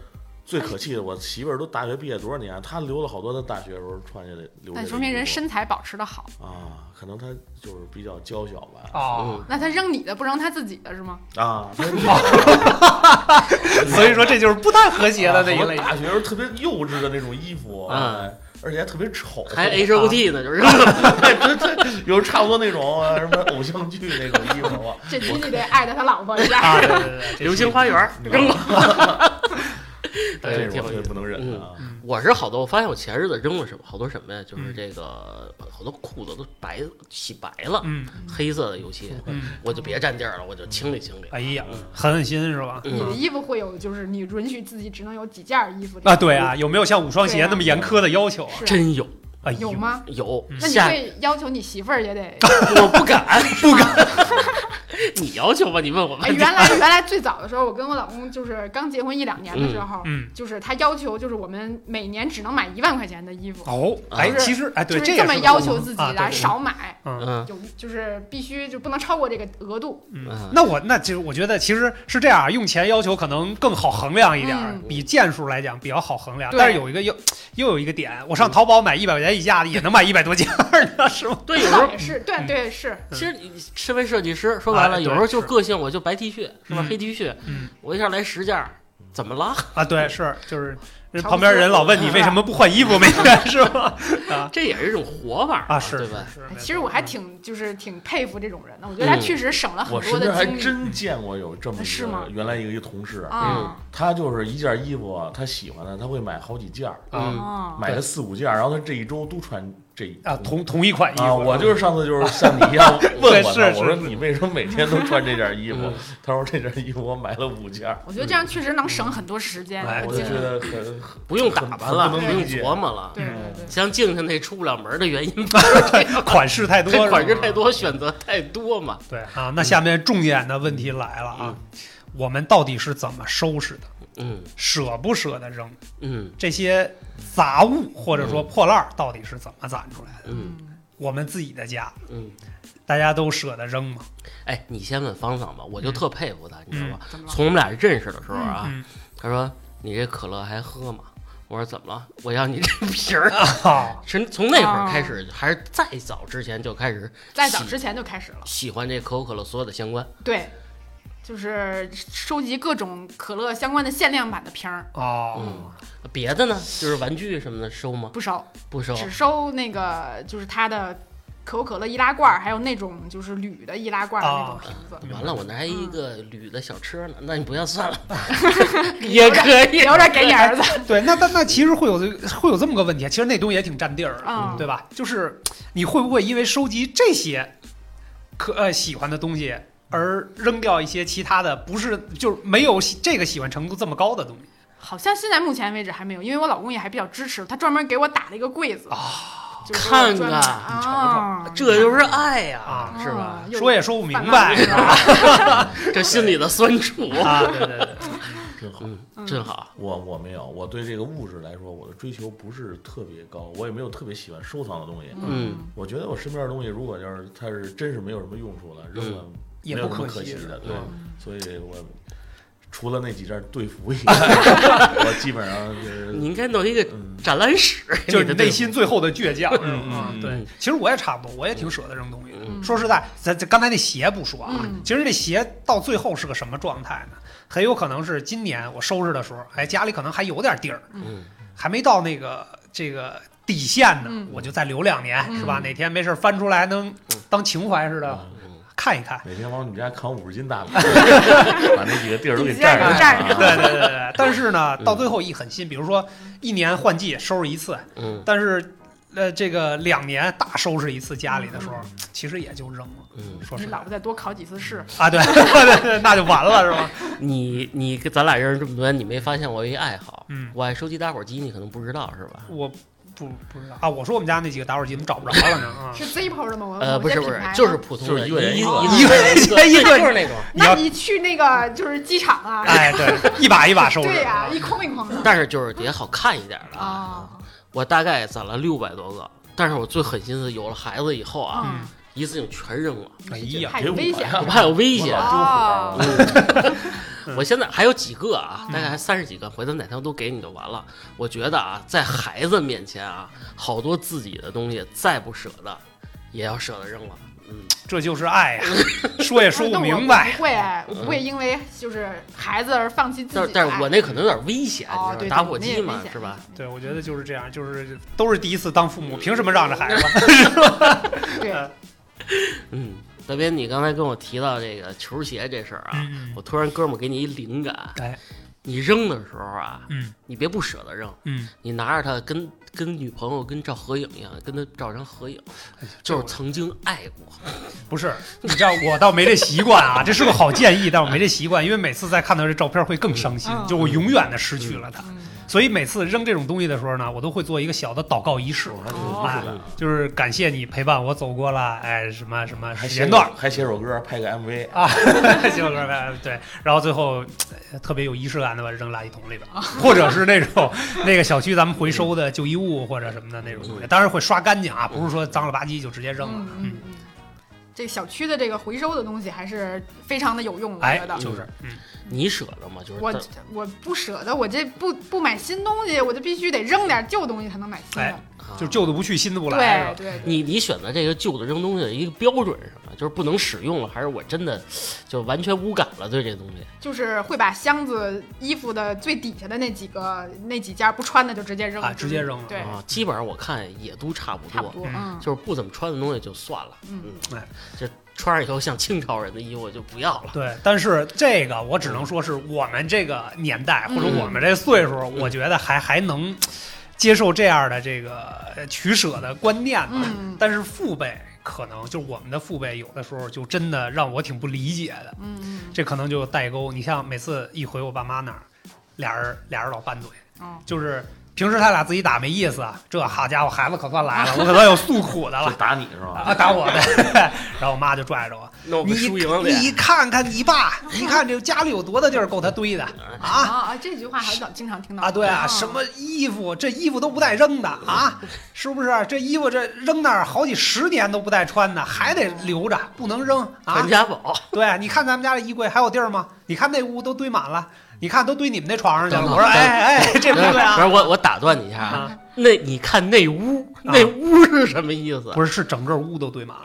S4: 最可气的，我媳妇儿都大学毕业多少年，她留了好多她大学时候穿下来留下
S2: 那哎
S4: 的衣服。
S2: 说明人身材保持的好。
S4: 啊，可能她就是比较娇小吧。
S3: 哦，
S1: 嗯，
S2: 那她扔你的不扔她自己的是 吗？
S4: 啊，她
S3: 嗯所以说这就是不太和谐的那一
S4: 啊好多
S3: 类型。
S4: 大学时候特别幼稚的那种衣服，
S1: 嗯
S4: 哎而且还特别丑，
S1: 还
S3: 哎
S1: H
S3: 啊
S1: O T 呢，就 扔了。
S4: 有差不多那种啊什么偶像剧那种衣 服啊。
S2: 这你你得爱着他老婆一下。
S3: 啊，对对对对，这是
S1: 流星花 园扔了。
S4: 这
S1: 哎，
S4: 是
S1: 挺
S4: 我
S1: 有意
S4: 特别
S1: 思。
S4: 不能忍的啊！
S3: 嗯
S1: 我是好多，我发现我前日子扔了什么，好多什么呀？就是这个好多裤子都白洗白了，
S3: 嗯
S1: 黑色的油漆，
S3: 嗯，
S1: 我就别占地儿了，我就清理清理。
S3: 哎呀，狠狠心是吧？
S2: 你的
S1: 嗯
S2: 衣服会有，就是你允许自己只能有几件儿衣服。
S3: 啊，对，啊，有没有像五双鞋那么严苛的要求啊？
S2: 是
S1: 真有
S3: 哎呦
S2: 有？吗？
S1: 有，
S2: 那你
S1: 嗯下
S2: 会要求你媳妇儿也得？哎
S1: 我不敢不敢。你要求吧，你问我吧
S2: 哎，。原来原来最早的时候，我跟我老公就是刚结婚一两年的时候，
S3: 嗯，
S2: 就是他要求就是我们每年只能买一万块钱的衣服，
S3: 哦，哎，
S2: 就是
S3: 其实哎，对，
S2: 就是
S3: 这
S2: 这
S3: 也
S2: 么
S3: 是
S2: 要求自己
S3: 啊
S2: 的，。少买，
S3: 对对对
S1: 嗯
S2: 有就是必须就不能超过这个额度。
S3: 嗯嗯
S1: 嗯，
S3: 那我那其实我觉得其实是这样啊，用钱要求可能更好衡量一点儿，
S2: 嗯
S3: 比件数来讲比较好衡量。
S2: 对
S3: 但是有一个又又有一个点，我上淘宝买一百块钱以下的也能买一百多件儿呢，是 吗？
S1: 对，有
S2: 这
S1: 时候
S2: 倒也是，对
S3: 嗯
S2: 对是，
S1: 其实你身为设计师，说白
S3: 哎
S1: 了，
S3: 对
S1: 有时候就是个性，我就白 T 恤是吧
S3: 嗯？
S1: 黑 T 恤，
S3: 嗯
S1: 我一下来十件儿，怎么拉？
S3: 啊，对，是就是
S2: 差不
S3: 人
S2: 多
S3: 旁边人老问你为什么不换衣服，没事是 啊吧？
S1: 这也是一种活法
S3: 啊，是
S1: 对
S3: 是
S1: 吧？
S3: 是。没
S2: 哎
S3: 错
S2: 其实我还挺就是挺佩服这种人的，我觉得他
S1: 嗯
S2: 确实省了很
S4: 我
S2: 多
S4: 身边
S2: 的
S4: 还
S2: 精力、
S4: 真见过有这么一个
S2: 是吗
S4: 原来一个一同事，
S2: 啊
S4: 他就是一件衣服啊他喜欢的，他会买好几件儿，
S1: 嗯
S3: 啊
S2: 啊！
S4: 买了四五件儿，然后他这一周都穿这一
S3: 啊，同同一款衣服，
S4: 啊，我就是上次就是像你一 样问我
S3: 是
S4: 呢，
S3: 是
S4: 我说你为什么每天都穿这件衣服
S1: 嗯？
S4: 他说这件衣服我买了五件儿，
S2: 我觉得这样确实能省很多时间
S3: 哎
S2: 和
S4: 嗯我就
S2: 精
S4: 觉
S2: 力。
S4: 得很很
S1: 不用打扮了，
S4: 很
S1: 不
S4: 不能
S1: 用
S4: 理解
S1: 琢磨了。
S2: 对对对，
S1: 像静静那出不了门的原因吧，就是这个
S3: 款式太多，
S1: 这款
S3: 是
S1: 式
S3: 吧
S1: 太多，选择太多嘛。
S3: 对啊，那下面重点的问题来了啊，我们到底是怎么收拾的？
S1: 嗯
S3: 舍不舍得扔
S1: 嗯
S3: 这些杂物或者说破烂儿，到底是怎么攒出来的？
S1: 嗯
S3: 我们自己的家，
S1: 嗯。
S3: 大家都舍得扔吗？
S1: 哎，你先问芳芳吧，我就特佩服他，你知道吧？
S2: 怎么了？
S1: 从我们俩认识的时候啊，
S3: 嗯
S1: 他说：“你这可乐还喝吗？”我说：“怎么了？我要你这瓶 儿。”
S3: 啊，
S1: 从从那会儿开始，还是再早之前就开始
S2: 在早之前就开始了，
S1: 喜欢这可口可乐所有的相关。
S2: 对，就是收集各种可乐相关的限量版的瓶儿，
S3: 哦，
S1: 嗯，别的呢，就是玩具什么的收吗？
S2: 不收，
S1: 不收。
S2: 只收那个就是它的可口可乐易拉罐儿，还有那种就是铝的易拉罐儿的那
S1: 哦
S2: 种瓶子，
S1: 完了，我那还一个铝的小车呢，那你不要 算了，
S2: 留
S1: 也
S2: 着
S1: 可以。
S2: 留着给你 儿子。
S3: 对，那那那其实会有这会有这么个问题，其实那东西也挺占地儿的，
S2: 嗯
S3: 对吧？就是你会不会因为收集这些可呃喜欢的东西而扔掉一些其他的，不是就是没有喜这个喜欢程度这么高的东西？
S2: 好像现在目前为止还没有，因为我老公也还比较支持，他专门给我打了一个柜子啊，就是
S1: 哦看
S2: 专门
S1: 看
S2: 啊，
S1: 这就是爱呀、
S3: 啊
S1: 是吧？
S2: 嗯？哦
S3: 说也说不明白，
S2: 是
S3: 是吧？
S2: 吧？
S1: 这心里的酸楚，
S3: 啊，对对对，
S4: 挺好。
S1: 嗯，真好。
S4: 我我没有，我对这个物质来说，我的追求不是特别高，我也没有特别喜欢收藏的东西。
S1: 嗯
S4: 我觉得我身边的东西，如果要是它是真是没有什么用处了，扔了没
S3: 也
S4: 有
S3: 不
S4: 什么可
S3: 惜
S4: 惜的，对
S1: 嗯。
S4: 所以我除了那几件队服以外，我基本上 就是
S1: 你应该弄一个
S4: 嗯，
S1: 展览室，
S3: 就是你
S1: 你的队
S3: 内
S1: 伍
S3: 心最后的倔强，是
S4: 嗯
S3: 吗？
S4: 嗯
S3: 对
S1: 嗯，
S3: 其实我也差不多，我也挺舍得扔东西的。
S1: 嗯
S3: 说实在，咱咱刚才那鞋不说啊，
S2: 嗯
S3: 其实这鞋到最后是个什么状态呢？很有可能是今年我收拾的时候，哎，家里可能还有点地儿，
S1: 嗯
S3: 还没到那个这个底线呢，
S2: 嗯
S3: 我就再留两年，
S2: 嗯
S3: 是吧？哪天没事儿翻出来能当情怀似的、
S4: 嗯
S1: 嗯
S3: 看一看。
S4: 每天往你们家扛五十斤大米，把那几个地儿都给占上
S2: 一件儿给
S4: 了
S3: 对
S4: 啊。
S3: 对对对对，但是呢，
S1: 嗯
S3: 到最后一狠心，比如说一年换季收拾一次，
S1: 嗯
S3: 但是呃，这个两年大收拾一次家里的时候，
S2: 嗯
S3: 其实也就扔了。
S1: 嗯，
S3: 说
S2: 你
S3: 实在
S2: 老婆再多考几次试，
S3: 啊，对 对对，那就完了是吧？
S1: 你你跟咱俩认识这么多年，你没发现我有一爱好？
S3: 嗯
S1: 我爱收集打火机，你可能不知道是吧？
S3: 我不不知道啊，我说我们家那几个打火机怎么找不着了呢？啊，
S2: 是 Zippo 的吗？我
S1: 嗯呃，
S2: 某
S1: 不
S2: 哦些
S1: 是不
S2: 品
S1: 是
S2: 牌，
S1: 就是普通
S4: 就是
S1: 的，
S4: 一个人
S1: 一
S4: 一
S1: 个
S4: 个
S1: 一个
S3: 一个人一个
S1: 对就是那种。
S3: 你要
S2: 那你去那个就是机场啊？
S3: 哎，对，一把一把收拾。
S2: 对呀，一空一空的
S1: 但是就是得好看一点的。
S2: 啊
S1: 我大概攒了六百多个，但是我最狠心思有了孩子以后啊，
S2: 嗯，
S1: 一次性全扔了，
S3: 哎
S2: 你是觉得
S3: 呀
S2: 太
S4: 别捂
S2: 危险
S4: 呀
S1: 我怕有危
S4: 我
S1: 险。
S4: 老
S2: 啊
S4: 丢火
S2: 嗯
S1: 我现在还有几个啊，
S3: 嗯
S1: 大概还三十几个，回头哪天我都给你就完了。我觉得啊，在孩子面前啊，好多自己的东西再不舍得，也要舍得扔了。嗯，
S3: 这就是爱呀，说也说不明白
S2: 啊我不会，啊我不会因为就是孩子而放弃自
S1: 但
S2: 己的
S1: 是
S2: 爱。
S1: 但是我那可能有点危险，
S2: 哦，
S1: 你
S2: 对，
S1: 知
S2: 对
S1: 道打火
S2: 那也
S1: 机
S2: 危
S1: 嘛，
S2: 险
S1: 是吧？？
S3: 对，我觉得就是这样，就是都是第一次当父母，凭什么让着孩
S2: 嗯
S3: 子？
S2: 对，
S1: 嗯，大斌，你刚才跟我提到这个球鞋这事儿啊，
S3: 嗯，
S1: 我突然哥们儿给你一灵感，
S3: 哎，
S1: 你扔的时候啊，
S3: 嗯
S1: 你别不舍得扔，
S3: 嗯，
S1: 你拿着它跟跟女朋友跟照合影一样，跟她照张合影，
S2: 哎
S1: 就是曾经爱过。
S3: 不是，你知道我倒没这习惯啊，这是个好建议，但我没这习惯，因为每次再看到这照片会更伤心
S2: 嗯，
S3: 就我永远的失去了它。
S2: 嗯
S3: 所以每次扔这种东西的时候呢，我都会做一个小的祷告仪式
S4: 我，还挺有意思
S2: 哦
S4: 的啊。
S3: 就是感谢你陪伴我走过了，哎，什么什么
S4: 还
S3: 时
S4: 写
S3: 间
S4: 首
S3: 段儿
S4: 还写首歌，拍个 MV，
S3: 啊， 行了，拜拜对，然后最后呃特别有仪式感的把它扔垃圾桶里边
S2: 哦
S3: 儿， 或者是那种那个小区咱们回收的旧衣物或者什么的那种东西，当然会刷干净啊，不是说脏了吧唧就直接扔了
S2: 嗯，嗯嗯，这个小区的这个回收的东西还是非常的有用，我
S3: 哎
S2: 觉得，。
S3: 就是，嗯，
S1: 你舍得吗？就是
S2: 我
S1: 当
S2: 我不舍得，我这不不买新东西，我就必须得扔点旧东西才能买新
S3: 哎
S2: 的。
S1: 啊，
S3: 就是旧的不去，新的不来，
S2: 对
S3: 是吧？
S2: 对，对
S1: 你你选择这个旧的扔东西的一个标准是什么？就是不能使用了，还是我真的就完全无感了对这东西？
S2: 就是会把箱子衣服的最底下的那几个那几件不穿的就直接扔
S3: 啊直接扔了
S2: 对，
S1: 啊，基本上我看也都差不
S2: 差
S1: 多，
S2: 不多，
S3: 嗯
S2: 嗯，
S1: 就是不怎么穿的东西就算了，
S2: 嗯
S3: 哎，
S1: 这穿上以后像清朝人的衣服我就不要了。
S3: 对，但是这个我只能说是我们这个年代或者
S2: 嗯
S3: 我们这岁数，我觉得还还能接受这样的这个呃取舍的观念吧。
S2: 嗯
S3: 但是父辈可能就是我们的父辈，有的时候就真的让我挺不理解的。
S2: 嗯嗯
S3: 这可能就代沟。你像每次一回我爸妈那儿，俩人俩人老拌嘴，
S2: 哦
S3: 就是平时他俩自己打没意思，啊这好家伙孩子可算来了，我可算有诉苦的
S4: 就
S3: 了。
S4: 打你是吧？
S3: 啊，打我的， 然后我妈就拽着我，
S1: 那我
S3: 你
S1: 们输赢了得
S3: 你看看你爸，你看这家里有多大地儿够他堆的
S2: 啊
S3: 啊
S2: 啊，这句话还老经常听到
S3: 啊！对啊，
S2: 哦
S3: 什么衣服这衣服都不带扔的啊，是不是？这衣服这扔那儿好几十年都不带穿呢，还得留着，不能扔啊
S1: 传！家宝，
S3: 对，你看咱们家这衣柜还有地儿吗？你看那屋都堆满了，你看都堆你们那床上去了。
S1: 等
S3: 我
S1: 等
S3: 说，哎哎，这不
S1: 不
S3: 对啊！
S1: 是我我打断你一下
S3: 啊，
S1: 那你看那屋，那屋是什么意思？
S3: 不是，是整个屋都堆满了。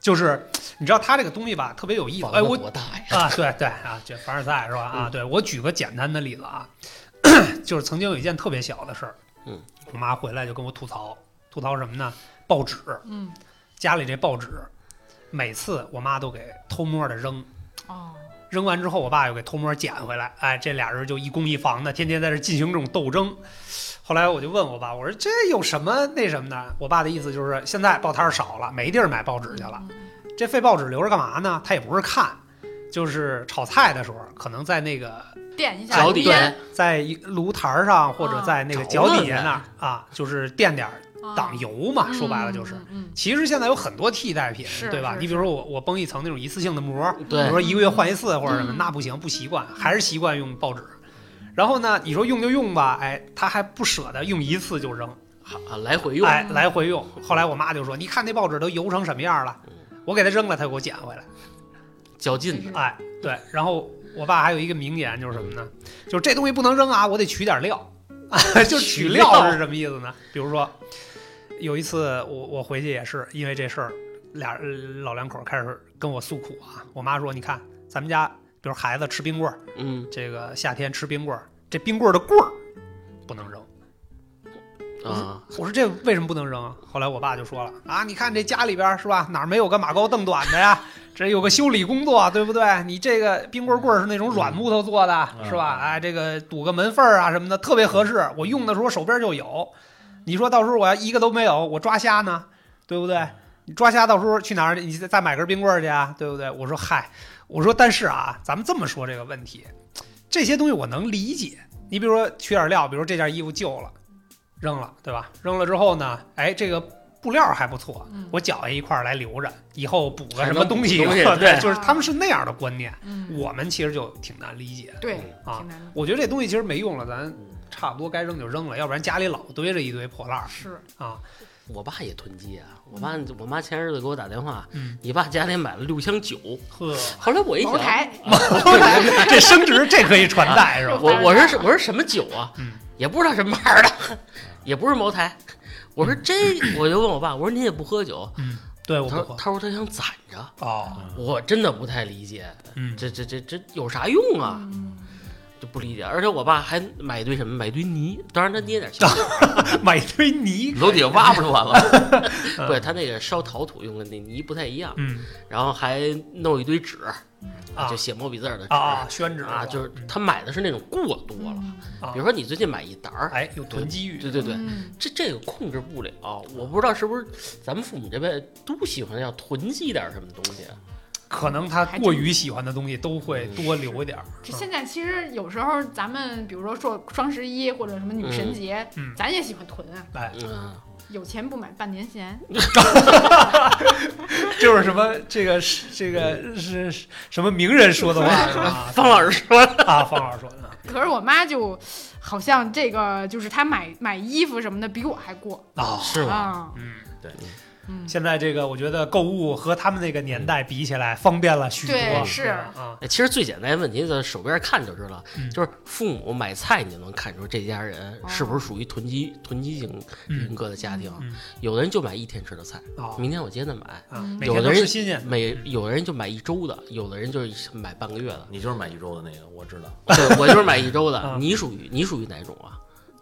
S3: 就是你知道它这个东西吧，特别有意思。
S1: 房
S3: 哎，
S1: 子
S3: 我
S1: 多大呀？
S3: 啊，对对啊，这凡尔赛是吧？啊，对我举个简单的例子啊， 就是曾经有一件特别小的事儿，
S1: 嗯，
S3: 我妈回来就跟我吐槽，吐槽什么呢？报纸，
S2: 嗯
S3: 家里这报纸，每次我妈都给偷摸的扔，
S2: 哦，
S3: 扔完之后，我爸又给偷摸捡回来，哎，这俩人就一攻一防的，天天在这进行这种斗争。后来我就问我爸，我说这有什么那什么的？我爸的意思就是现在报摊儿少了，没地儿买报纸去了，这废报纸留着干嘛呢？他也不是看，就是炒菜的时候，可能在那个
S2: 垫一下
S1: 脚底
S2: 烟
S1: 下
S3: 在一炉台儿上或者在那个
S1: 啊
S3: 脚底下那儿啊，就是垫点儿挡油嘛，
S2: 啊
S3: 说白了就是。
S2: 嗯，
S3: 其实现在有很多替代品，
S2: 是
S3: 对吧？
S2: 是
S3: 你比如说我我崩一层那种一次性的膜，
S1: 对
S3: 你说一个月换一次或者什么，
S2: 嗯
S3: 那不行，不习惯，还是习惯用报纸。然后呢，你说用就用吧，哎，他还不舍得用一次就扔，
S1: 啊，来回用。
S3: 哎，来回用。后来我妈就说：“你看那报纸都油成什么样了，
S1: 嗯
S3: 我给他扔了，他给我捡回来。
S1: 较劲的，”
S3: 哎，对。然后我爸还有一个名言就是什么呢？就是这东西不能扔啊，我得取点料。啊 就取料是什么意思呢？比如说，有一次我我回去也是因为这事儿，俩呃老两口开始跟我诉苦啊。我妈说：“你看咱们家，比如孩子吃冰棍儿，
S1: 嗯，
S3: 这个夏天吃冰棍儿，这冰棍儿的棍儿不能扔。
S1: 啊，
S3: 我说这为什么不能扔啊？后来我爸就说了啊，你看这家里边儿是吧，哪儿没有个马高凳短的呀？这有个修理工作，对不对？你这个冰棍棍儿是那种软木头做的，
S4: 嗯
S3: 是吧？哎，这个堵个门缝儿啊什么的，特别合适。我用的时候手边就有。你说到时候我要一个都没有，我抓虾呢，对不对？你抓虾到时候去哪儿？你再再买根冰棍儿去啊，对不对？我说嗨，我说但是啊，咱们这么说这个问题，这些东西我能理解。你比如说取点料，比如这件衣服旧了，扔了，对吧？扔了之后呢，哎，这个布料还不错
S2: 嗯，
S3: 我绞下一块儿来留着，以后补个
S1: 还
S3: 什
S1: 能
S3: 么东西
S1: 补
S3: 用。
S1: 东西
S3: 对，
S1: 对
S3: 就是他们是那样的观念，
S2: 嗯，
S3: 我们其实就挺难理解的。
S2: 对，
S3: 啊
S2: 挺难的，
S3: 我觉得这东西其实没用了，咱差不多该扔就扔了，要不然家里老堆着一堆破烂儿
S2: 是
S3: 啊。
S1: 我爸也囤积啊。我爸，我妈前日子给我打电话，
S3: 嗯，
S1: 你爸家里买了六箱酒。
S3: 呵，
S1: 后来我一想
S2: 茅，台，
S3: 这升值这可以传代是吧？
S1: 我我是我是什么酒啊？
S3: 嗯
S1: 也不知道什么牌儿的，也不是茅台。我说这，我就问我爸，我说您也不喝酒？
S3: 嗯，对，我
S1: 他
S3: 嗯不
S1: 说
S3: 喝
S1: 他说他想攒着。
S3: 哦，
S1: 我真的不太理解，
S3: 嗯，
S1: 这这这这有啥用啊？
S2: 嗯
S1: 就不理解。而且我爸还买一堆什么，买一堆泥，当然他捏点
S3: 嗯
S1: 小，
S3: 买一堆泥，
S4: 楼底下挖不就完了？
S1: 对他那个烧陶土用的那泥不太一样，
S3: 嗯
S1: 然后还弄一堆纸，
S3: 啊
S1: 就写毛笔字儿的纸
S3: 啊啊，宣纸
S1: 啊
S3: 吧
S1: 就是他买的是那种过多了，
S3: 啊
S1: 比如说你最近买一沓儿，
S3: 哎有囤积欲，
S1: 对对对，
S2: 嗯
S1: 这这个控制不了，我不知道是不是咱们父母这辈都喜欢要囤积点什么东西，啊
S3: 可能他过于喜欢的东西都会多留一点儿。
S2: 这现在其实有时候咱们比如说说双十一或者什么女神节，
S3: 嗯嗯
S2: 咱也喜欢囤啊，
S3: 哎，
S1: 嗯，
S2: 有钱不买半年闲，
S3: 就是什么这个是这个是是什么名人说的 话是吧？
S1: 方老师说的，
S3: 啊，方老师说的，
S2: 可是我妈就好像这个就是她买买衣服什么的比我还过
S3: 啊，
S1: 是？
S2: 啊，
S3: 嗯，
S4: 对，。
S2: 嗯，
S3: 现在这个我觉得购物和他们那个年代比起来方便了许多，
S2: 对
S3: 嗯
S2: 是
S3: 啊，
S1: 哎，其实最简单的问题，在手边看就知道，
S3: 嗯
S1: 就是父母买菜，你就能看出这家人
S2: 哦
S1: 是不是属于囤积、囤积型人格的家庭。
S3: 嗯嗯
S1: 有的人就买一天吃的菜，
S3: 哦
S1: 明天我接着买；
S3: 啊，
S2: 嗯
S3: 每
S1: 有
S3: 天
S1: 的
S3: 都吃
S1: 人
S3: 新鲜的，
S1: 每有的人就买一周的，有的人就是买半个月的
S4: 你就是买一周的那个，我知道。
S1: 对，我就是买一周的
S3: 啊。
S1: 你属于你属于哪种啊？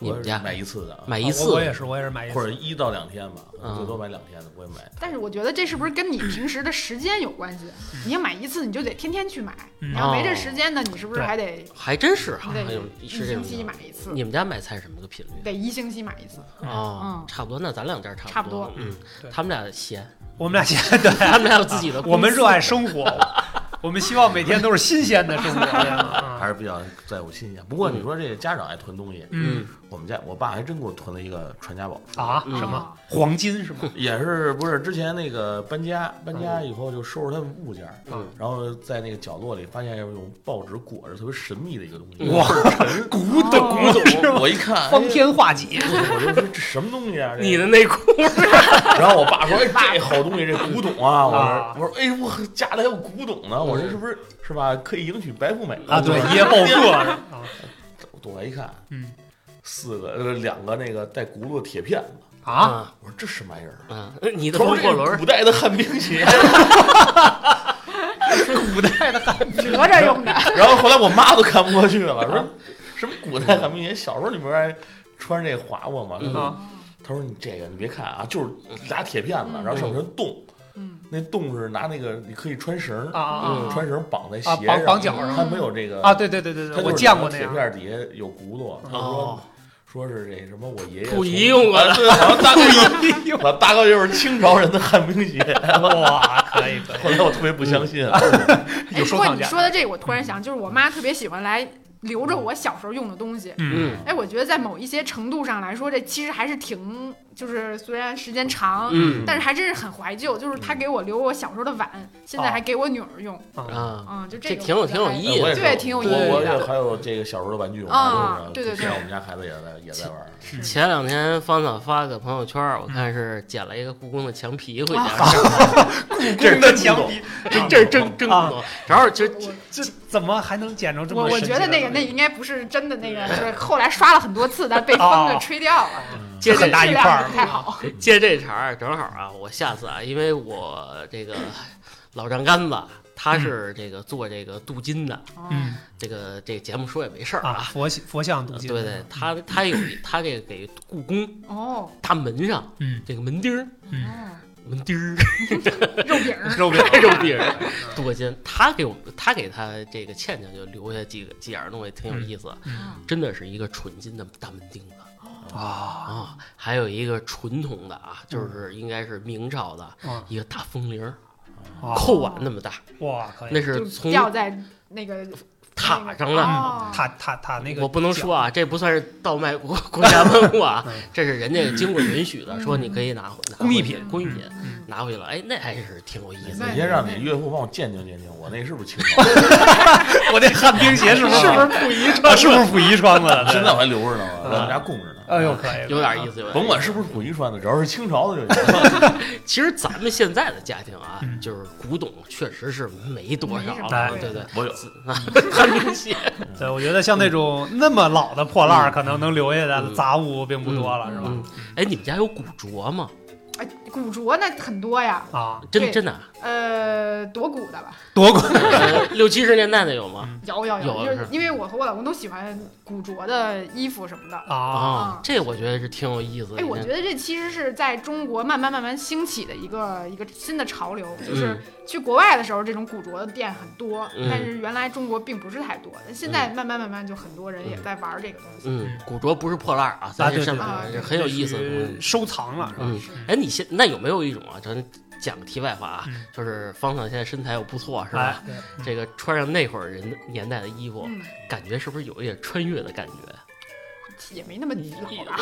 S1: 你
S4: 我
S1: 们
S4: 是
S1: 家
S4: 买一次的，
S1: 买
S3: 啊
S1: 一
S3: 我
S1: 次
S3: 我也是我也是买一
S4: 或者
S3: 次，
S4: 一到两天吧，
S1: 嗯
S4: 最多买两天的，不会买。
S2: 但是我觉得这是不是跟你平时的时间有关系？你要买一次，你就得天天去买。
S3: 嗯
S2: 你要没这时间呢，你是不是还得
S1: 还真是哈，
S2: 你得
S1: 哦啊还有
S2: 一
S1: 是这
S2: 星
S1: 种
S2: 期
S1: 情
S2: 买
S1: 况。
S2: 一次？
S3: 嗯
S1: 你们家买菜什么个频率
S2: 得一星期买一 次。
S1: 啊
S2: 嗯？
S1: 差不多，那咱俩家
S2: 差
S1: 差
S2: 不
S1: 多
S2: 多。
S1: 嗯
S3: 对，
S1: 他们俩闲，
S3: 我们俩现 在对，
S1: 他们俩有自己的。
S3: 我们热爱生活， 我们希望每天都是新鲜的生 活，这样啊
S4: 还是比较在乎新鲜。不过你说这家长爱囤东西，
S3: 嗯
S4: 我们家我爸还真给我囤了一个传家宝
S3: 啊，
S1: 嗯
S3: 什么
S2: 哦
S3: 黄金是吗？
S4: 也是不是之前那个搬家，搬家以后就收拾他们物件儿，
S1: 嗯
S4: 然后在那个角落里发现有用报纸裹着特别神秘的一个东西，
S3: 哇， 古董
S4: 古董
S3: 是吗？
S4: 我一 看，
S3: 方天画戟，
S4: 哎呀，我就说这什么东西啊？这
S1: 你的内裤
S4: 然后我爸说：“哎，这好东西，这古董啊！”
S3: 啊
S4: 我说：“我说，哎，我家里还有古董呢！我说是不是是吧？可以迎娶白富美
S3: 啊，对，
S4: 我
S3: 一夜暴富 啊，
S4: 说躲开一看，
S3: 嗯
S4: 四个呃两个那个带轱辘的铁片子，
S3: 啊，
S4: 我说这什么玩意儿？
S1: 嗯，你的
S4: 他说
S1: 风
S4: 这
S1: 火轮
S4: 是
S1: 儿
S4: 古代的旱冰鞋。
S3: 古代的
S2: 折着用的，
S4: 然后后来我妈都看不过去了，说什么古代旱冰鞋？小时候你不是还穿这划过吗？
S1: 嗯
S3: 啊，
S4: 他说你这个你别看啊，就是俩铁片子，然后上面是洞，
S2: 嗯，
S4: 那洞是拿那个你可以穿绳儿
S3: 啊啊
S1: 嗯
S4: 穿绳绑在鞋
S3: 啊
S4: 上，
S3: 绑绑脚
S2: 上
S4: 它没有这个
S3: 啊，啊，对对对对
S4: 它
S3: 对，
S4: 就是
S3: 我见过那
S4: 铁
S3: 样
S4: 片儿底下有轱辘，他
S1: 哦
S4: 说说是这什么我爷爷啊
S1: 溥仪用过的
S4: 的，对，好像大概就是我大概就是清朝人的旱冰鞋。
S3: 哇，可以可以，
S4: 后来我特别不相信，啊
S2: 哎不
S3: 有收
S2: 过
S3: 藏
S2: 你
S3: 价，
S2: 说的这个，我突然想，就是我妈特别喜欢来留着我小时候用的东西。
S1: 嗯
S2: 哎，我觉得在某一些程度上来说，这其实还是挺，就是虽然时间长，
S1: 嗯
S2: 但是还真是很怀旧。就是她给我留我小时候的碗，现在还给我女儿用，
S1: 啊，
S2: 嗯，就
S1: 哦这
S2: 个
S1: 挺有挺有意义
S4: 我
S1: 的。
S4: 也是
S2: 对挺有意义的
S4: 我我也还有这个小时候的玩具，我
S2: 啊
S4: 妈都是
S2: 对对对
S4: 现在我们家孩子也在也在玩儿。
S1: 前两天芳草发个朋友圈，我看是捡了一个故宫的墙皮回家，
S3: 啊
S4: 这是
S3: 的
S4: 真
S3: 墙
S4: 古董
S3: 皮，
S1: 这这是真真
S3: 啊
S1: 古董。然后就
S2: 我
S3: 这怎么还能捡着这么
S2: 我我
S3: 神
S2: 觉得
S3: 奇的
S2: 那个
S3: 东
S2: 那
S3: 西
S2: 应该不是真的那个，就是后来刷了很多次，但被风给吹掉了，
S1: 借
S3: 哦很
S1: 这
S3: 大一
S2: 质
S3: 块
S2: 量
S3: 儿
S2: 不太好。
S1: 借这茬儿，正好啊，我下次啊，因为我这个老丈杆子他是这个做这个镀金的，
S3: 嗯
S1: 这个这个节目说也没事儿
S3: 啊，。佛像佛像镀金，
S1: 对对，他
S3: 嗯
S1: 他有他这个给故宫
S2: 哦
S1: 大门上
S3: 嗯
S1: 这个门钉儿
S3: 嗯，
S2: 哦，
S1: 门钉儿
S2: 肉饼儿
S3: 肉饼
S1: 肉饼儿镀个金，他给我他给他这个倩倩就留下几个几样东西，挺有意思的，
S2: 啊
S3: 嗯
S1: 真的是一个纯金的大门钉子
S3: 啊
S1: 啊，还有一个纯铜的啊，就是应该是明朝的
S3: 嗯
S1: 一个大风铃儿，
S3: 啊
S1: 扣碗那么大，
S3: 哇，可
S1: 那
S3: 以，
S1: 是
S2: 就
S1: 从
S2: 掉在那个
S1: 塔上
S3: 嗯
S1: 了。
S2: 了。哦
S3: 他他他那个
S1: 我不能说啊，这不算是倒卖国 国家文物啊，这是人家经过允许的，说你可以拿回拿回
S3: 嗯工艺品
S1: 工艺品
S2: 嗯
S1: 拿回来了，哎，那还是挺有意思的。
S4: 哪天让你岳父帮我鉴定鉴定，我那是不是清朝？
S3: 脚我那旱冰鞋是不是
S4: 是不是
S3: 溥仪穿？啊是不是溥仪穿 的？
S4: 现在我还留着呢，我
S3: 啊
S4: 在我们家供着呢。啊
S3: 哎呦可以，
S1: 有点意思，有点意思
S4: 甭管是不是溥仪穿的，只要是清朝的就行。
S1: 其实咱们现在的家庭啊，
S3: 嗯
S1: 就是古董确实是没多少
S2: 没什么
S1: 了，
S3: 对
S1: 对对，
S4: 我有，
S1: 很明显。
S3: 对，我觉得像那种那么老的破烂儿，可能能留下来的杂物并不多了，是吧？
S1: 嗯，哎，你们家有古着吗？
S2: 哎，古着那很多呀，
S3: 啊，
S1: 真
S2: 对
S1: 真的啊，
S2: 呃，多古的吧，
S3: 多过
S1: 呃六七十年代的有吗？
S2: 有有
S1: 有
S2: 就是
S1: 是
S2: 因为我和我老公都喜欢古着的衣服什么的。
S3: 啊，
S1: 啊，这我觉得是挺有意思的。
S2: 哎，我觉得这其实是在中国慢慢慢慢兴起的一个一个新的潮流，就是去国外的时候，这种古着的店很多，
S1: 嗯
S2: 但是原来中国并不是太多。但现在慢慢慢慢就很多人也在玩这个东西。
S1: 嗯，古着不是破烂儿啊，咱
S3: 啊对
S1: 这上面
S2: 对
S1: 是很有意思的
S3: 这
S1: 东
S3: 属
S1: 西。
S3: 于收藏了，是吧？
S1: 嗯，哎，你现那有没有一种啊？咱讲个题外话啊
S3: 嗯，
S1: 就是方厂现在身材又不错，是吧
S3: 哎？，对
S1: 这个穿上那会儿人年代的衣服，
S2: 嗯，
S1: 感觉是不是有一点穿越的感觉？
S2: 也没那么老吧，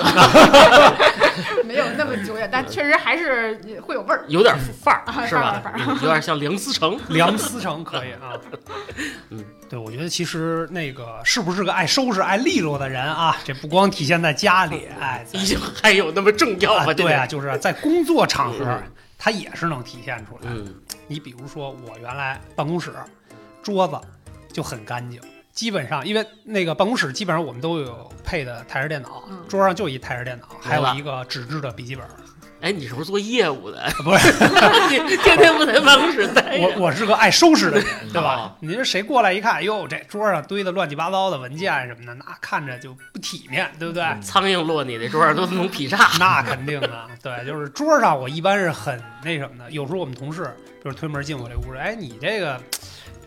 S2: 没有那么久远，但确实还是会有味儿。
S1: 有点范儿，
S2: 嗯
S1: 是
S2: 范儿
S1: 吧
S2: 范？
S1: 嗯有点像梁思 成。
S3: 梁思成可以啊。
S1: 嗯，
S3: 对，我觉得其实那个是不是个爱收拾、爱利落的人啊？这不光体现在家里，哎，在
S1: 已经还有那么重要
S3: 啊
S1: 吗？
S3: 对啊，
S1: 呀，
S3: 就是在工作场合
S1: 嗯，
S3: 它也是能体现出来。
S1: 嗯
S3: 你比如说，我原来办公室桌子就很干净，基本上因为那个办公室基本上我们都有配的台式电脑，
S2: 嗯
S3: 桌上就一台式电脑，
S1: 没
S3: 还有
S1: 了
S3: 一个纸质的笔记本。
S1: 哎，你是不是做业务的？
S2: 啊
S3: 不是，
S1: 你天天不在办公室待
S3: 我
S1: 着？
S3: 我是个爱收拾的人，对
S1: 哎哦
S3: 吧？ 你说谁过来一看，哟，这桌上堆的乱七八糟的文件什么的，那看着就不体面，对不对？
S4: 嗯
S1: 苍蝇落你那桌上都能劈 叉。
S3: 那肯定啊，对，就是桌上我一般是很那什么的。有时候我们同事就是推门进我这屋，哎，你这个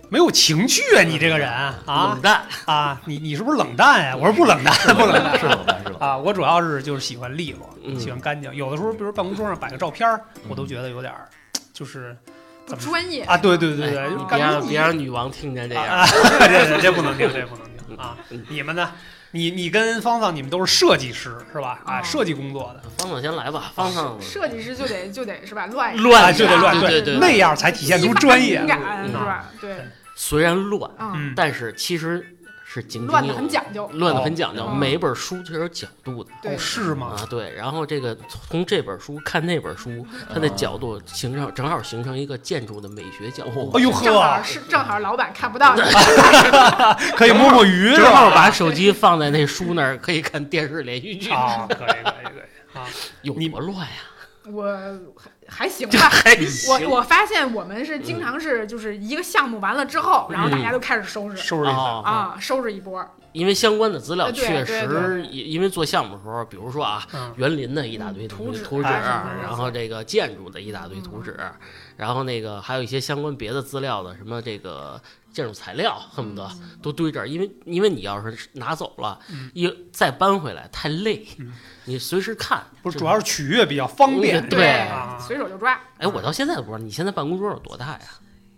S3: 没有情趣啊，你这个人啊
S1: 冷淡，
S3: 啊，你你是不是冷淡呀、我说不冷淡， 不冷淡
S4: 是冷淡是冷淡，
S3: 啊，我主要是就是喜欢利
S1: 嗯
S3: 落，喜欢干净。有的时候，比如办公桌上摆个照片儿，我都觉得有点儿就是
S2: 不专业
S3: 啊，对对对
S1: 哎你
S3: 对，就是
S1: 别
S3: 感觉
S1: 让
S3: 你
S1: 别让女王听见这样。
S3: 啊， 这这这不能听，这不能听啊
S1: 嗯！
S3: 你们呢？你你跟芳芳，你们都是设计师是吧？啊，
S2: 哦
S3: 设计工作的。
S1: 方总先来吧，
S2: 啊
S1: 方总
S2: 设计师就得就得是吧，乱
S1: 嗯
S2: 啊
S1: 乱
S3: 就得啊乱，
S1: 对对对
S3: 那样才体现出专业
S2: 激。发敏感
S1: 嗯
S2: 是吧？对，
S1: 虽然乱，
S2: 嗯，
S3: 嗯，
S1: 但是其实是井
S2: 乱
S1: 井
S2: 的
S1: 有
S2: 很讲究，
S1: 乱的很讲究，
S2: 哦
S1: 每一本书都有角度的。
S2: 对，
S3: 是吗？
S1: 啊，对，然后这个从这本书看那本书，它
S3: 啊
S1: 的角度形成正好形成一个建筑的美学角度
S3: 哎，呦
S2: 正好
S3: 呵，
S2: 是正好老板看不到你，
S3: 可以摸摸鱼是
S1: 正
S3: 吧？
S1: 好把手机放在那书那儿，可以看电视连续剧，
S3: 啊，可以可以可以啊！
S1: 有
S3: 你
S1: 多乱呀？
S2: 我还还行吧。
S3: 嗯
S1: 还
S2: 哎我我发现我们是经常是就是一个项目完了之后，然后大家都开始收拾
S3: 收拾一下
S1: 哦
S2: 啊，收拾一波。
S1: 因为相关的资料
S2: 呃对
S1: 确
S2: 对
S1: 实，因因为做项目的时候，比如说啊，
S3: 嗯，
S1: 园林的一大堆图
S2: 图纸
S1: 图纸，
S3: 啊什么的
S1: 然后这个建筑的一大堆图纸，
S3: 嗯
S1: 然后那个还有一些相关别的资料的，什么这个建筑材料，恨不得都堆这儿，因为因为你要是拿走了
S3: 嗯，
S1: 一再搬回来太累
S3: 嗯，
S1: 你随时看。
S3: 不是，主要是取悦比较方便，
S1: 对
S3: 啊
S2: 随手就抓。
S1: 哎，我到现在都不知道你现在办公桌有多大呀？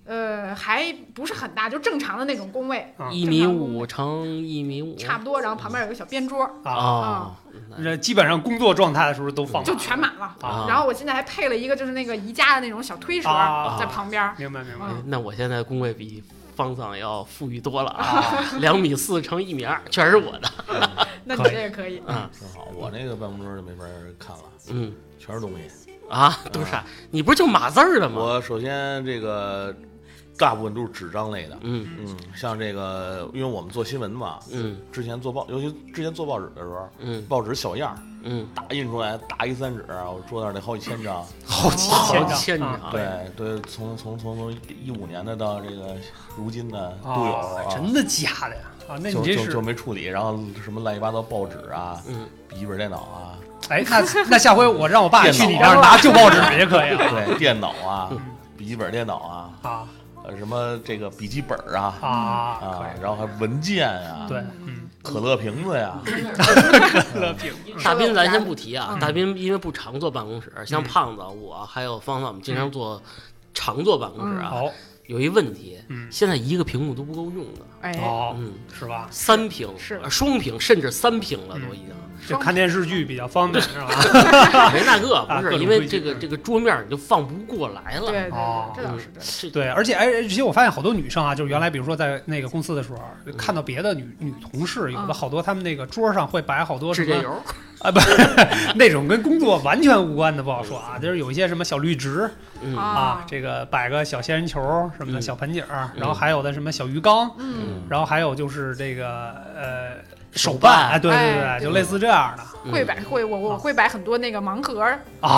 S2: 呃，还不是很大，就正常的那种工位，
S3: 啊
S1: 一米五乘一米五，
S2: 差不嗯多。然后旁边有个小边桌，
S3: 啊！
S1: 哦，
S3: 这基本上工作状态的时候都放
S2: 就
S3: 满
S2: 全满了。
S1: 啊
S2: 然后我现在还配了一个就是那个宜家的那种小推车
S3: 啊
S2: 在旁边，
S3: 明白明白
S1: 哎
S2: 嗯
S1: 那我现在工位比方丈要富裕多了啊，
S3: 啊！
S1: 两米四乘一米二，全是我的。
S2: 那你
S3: 可以
S2: 这也可以。
S1: 嗯
S4: 挺好。我那个办公桌就没法看了，
S1: 嗯
S4: 全是东西。
S1: 啊，都是啥？你不是就码字儿的吗？
S4: 我首先这个大部分都是纸张类的，
S1: 嗯
S4: 嗯，像这个，因为我们做新闻嘛，
S1: 嗯
S4: 之前做报，尤其之前做报纸的时候，
S1: 嗯
S4: 报纸小样儿
S1: 嗯，
S4: 打印出来，大 A 三纸，啊我桌那儿得好几千张。
S3: 好啊几
S1: 好
S3: 千
S1: 哦欠啊
S3: 张，
S1: 长。
S4: 对对，从从从从一五年的到这个如今的都有
S3: 啊
S4: 啊，
S3: 真的假的呀？啊，那
S4: 就
S3: 你这
S4: 就就是没处理，然后什么乱七八糟报纸啊，
S1: 嗯，
S4: 笔记本电脑啊，
S3: 哎，那那下回我让我爸
S4: 电
S3: 去
S4: 脑
S3: 你那儿拿旧报纸 也可以啊
S4: 对，电脑啊
S1: 嗯，
S4: 笔记本电脑啊，
S3: 啊
S4: 呃什么这个笔记本啊
S3: 啊，可
S4: 啊
S3: 以，
S4: 然后还文件啊，
S3: 对，嗯，
S4: 可乐瓶子呀，
S3: 乐平
S1: 大斌咱先不提啊
S2: 嗯，
S1: 大斌因为不常坐办公室，
S3: 嗯
S1: 像胖子我还有方方，我们经常坐常坐办公室啊。
S3: 好，
S1: 有一问题，
S3: 嗯，
S1: 现在一个屏幕都不够用了，
S2: 哎，
S3: 好，
S1: 嗯，
S3: 是吧？
S1: 三屏
S2: 是
S1: 呃双屏甚至三屏了都已经。
S3: 就看电视剧比 较方便是吧？
S1: 没那个
S3: 啊
S1: 不
S3: 各
S1: 是，
S3: 种
S1: 因为
S3: 规矩
S1: 这个这个桌面你就放不过来
S2: 对
S1: 了。
S2: 对
S3: 哦
S2: 对，
S1: 嗯
S2: 这倒是
S1: 这
S2: 对。
S3: 对，而且哎，而且我发现好多女生啊，就是原来比如说在那个公司的时候，啊看到别的女女同事，有
S2: 嗯
S3: 的好多她们那个桌上会摆好多什
S1: 指甲
S3: 么
S1: 油，
S3: 啊，不， 那种跟工作完全无关的不好说啊，就是有一些什么小绿植
S1: 嗯
S3: 啊
S2: 啊，，
S3: 这个摆个小仙人球什么
S1: 嗯
S3: 的小盆景儿，然后还有的什么小鱼缸，
S2: 嗯，
S4: 嗯
S3: 然后还有就是这个呃
S1: 手
S3: 手
S1: 办
S3: 办，哎，对对
S2: 哎对
S3: 对，就类似这样的
S1: 嗯
S2: 会摆会我我会摆很多那个盲盒儿，
S3: 啊，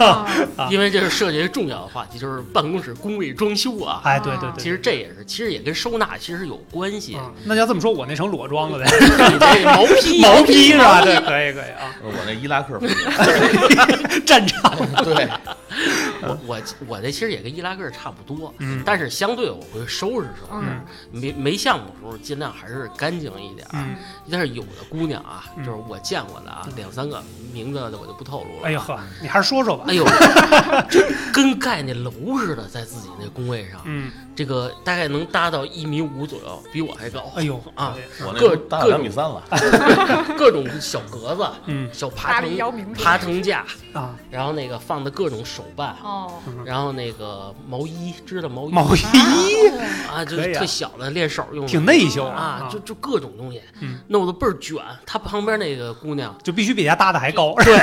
S2: 啊
S3: 啊
S1: 因为这是涉及一个重要的话题，就是办公室工位装修啊。
S3: 哎，对对对，
S1: 其实这也是，其实也跟收纳其实有关系。
S3: 嗯那要这么说，我那成裸装了 呗，
S1: 你这毛坯，
S3: 毛坯是吧？对，可以可以啊，
S4: 我那伊 拉克风格，
S3: 战场，
S4: 对，
S1: 我我我这其实也跟伊拉克差不多，
S3: 嗯
S1: 但是相对我会收拾收拾，
S2: 嗯
S3: 嗯
S1: 没没项目的时候尽量还是干净一点儿。
S3: 嗯，
S1: 但是有的姑娘啊，就
S3: 嗯
S1: 是我见过的啊，两三个名字我就不透露了。
S3: 哎呦呵，你还是说说吧，
S1: 哎呦，就跟盖那楼似的，在自己那工位上，
S3: 嗯，
S1: 这个大概能搭到一米五左右，比我还高。
S3: 哎呦
S1: 啊，
S4: 我那
S1: 各
S4: 都大概两米三了，
S1: 各种小格子、
S3: 嗯
S1: 小
S2: 大
S1: 爬
S2: 力
S1: 藤、
S2: 姚明
S1: 爬藤架，
S3: 啊，
S1: 然后那个放的各种手办，
S2: 哦，
S1: 然后那个毛衣，知道毛衣
S3: 毛衣
S1: 啊，就
S3: 可
S1: 是
S3: 以啊
S1: 特小的练手用的，
S3: 挺内疚
S1: 啊，就就各种东西
S3: 嗯，
S1: 弄得倍儿卷。他 旁边那个姑娘，
S3: 就必须比他搭的还高，
S1: 对，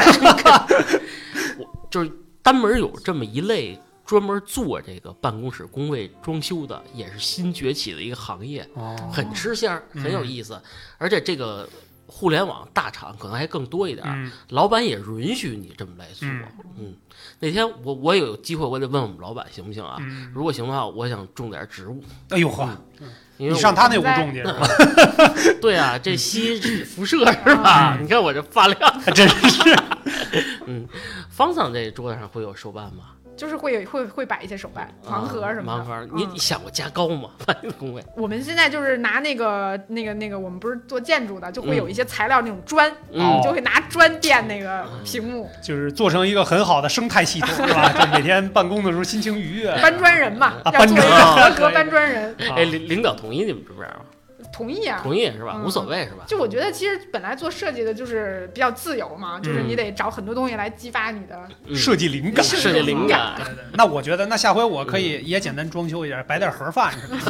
S1: 我就是单门有这么一类专门做这个办公室工位装修的，也是新崛起的一个行业，
S3: 哦，
S1: 很吃香儿，很有
S3: 嗯
S1: 意思。而且这个互联网大厂可能还更多一点儿，
S3: 嗯
S1: 老板也允许你这么来做。
S3: 嗯
S1: 嗯，那天我我有机会，我得问我们老板行不行啊？
S3: 嗯，
S1: 如果行的话，我想种点植物，
S3: 哎呦呵，
S1: 嗯因为
S3: 你
S1: 我
S3: 上他那屋种去，
S1: 对啊，这吸辐射是吧？你看我这发量，嗯
S3: 嗯还真是
S1: 方桑这桌子上会有手办吗？啊
S2: 就是会有会会摆一些手办、
S3: 啊
S2: 盲盒什么
S1: 盲
S2: 的。
S1: 盒，你
S2: 嗯
S1: 你想过加高吗？ 办工位，
S2: 我们现在就是拿那个那个那个，我们不是做建筑的，就会有一些材料那种砖，
S3: 哦
S1: 嗯
S2: 你就会拿砖垫那个屏幕，
S3: 就是做成一个很好的生态系统，是吧？就每天办公的时候心情愉悦。
S2: 搬砖人嘛，
S3: 啊
S2: 要做一个
S3: 搬
S1: 砖
S2: 合格搬砖人，
S3: 啊
S1: 哎，领领导同意你们这边吗？
S2: 同意啊。
S1: 同意是吧？
S2: 嗯
S1: 无所谓是吧？
S2: 就我觉得，其实本来做设计的就是比较自由
S3: 嗯
S2: 嘛，就是你得找很多东西来激发你的。
S1: 嗯
S3: 设计灵感，
S1: 设计灵感，
S3: 对对那我觉得，那下回我可
S1: 嗯
S3: 以也简单装修一下，摆点盒饭什么的，是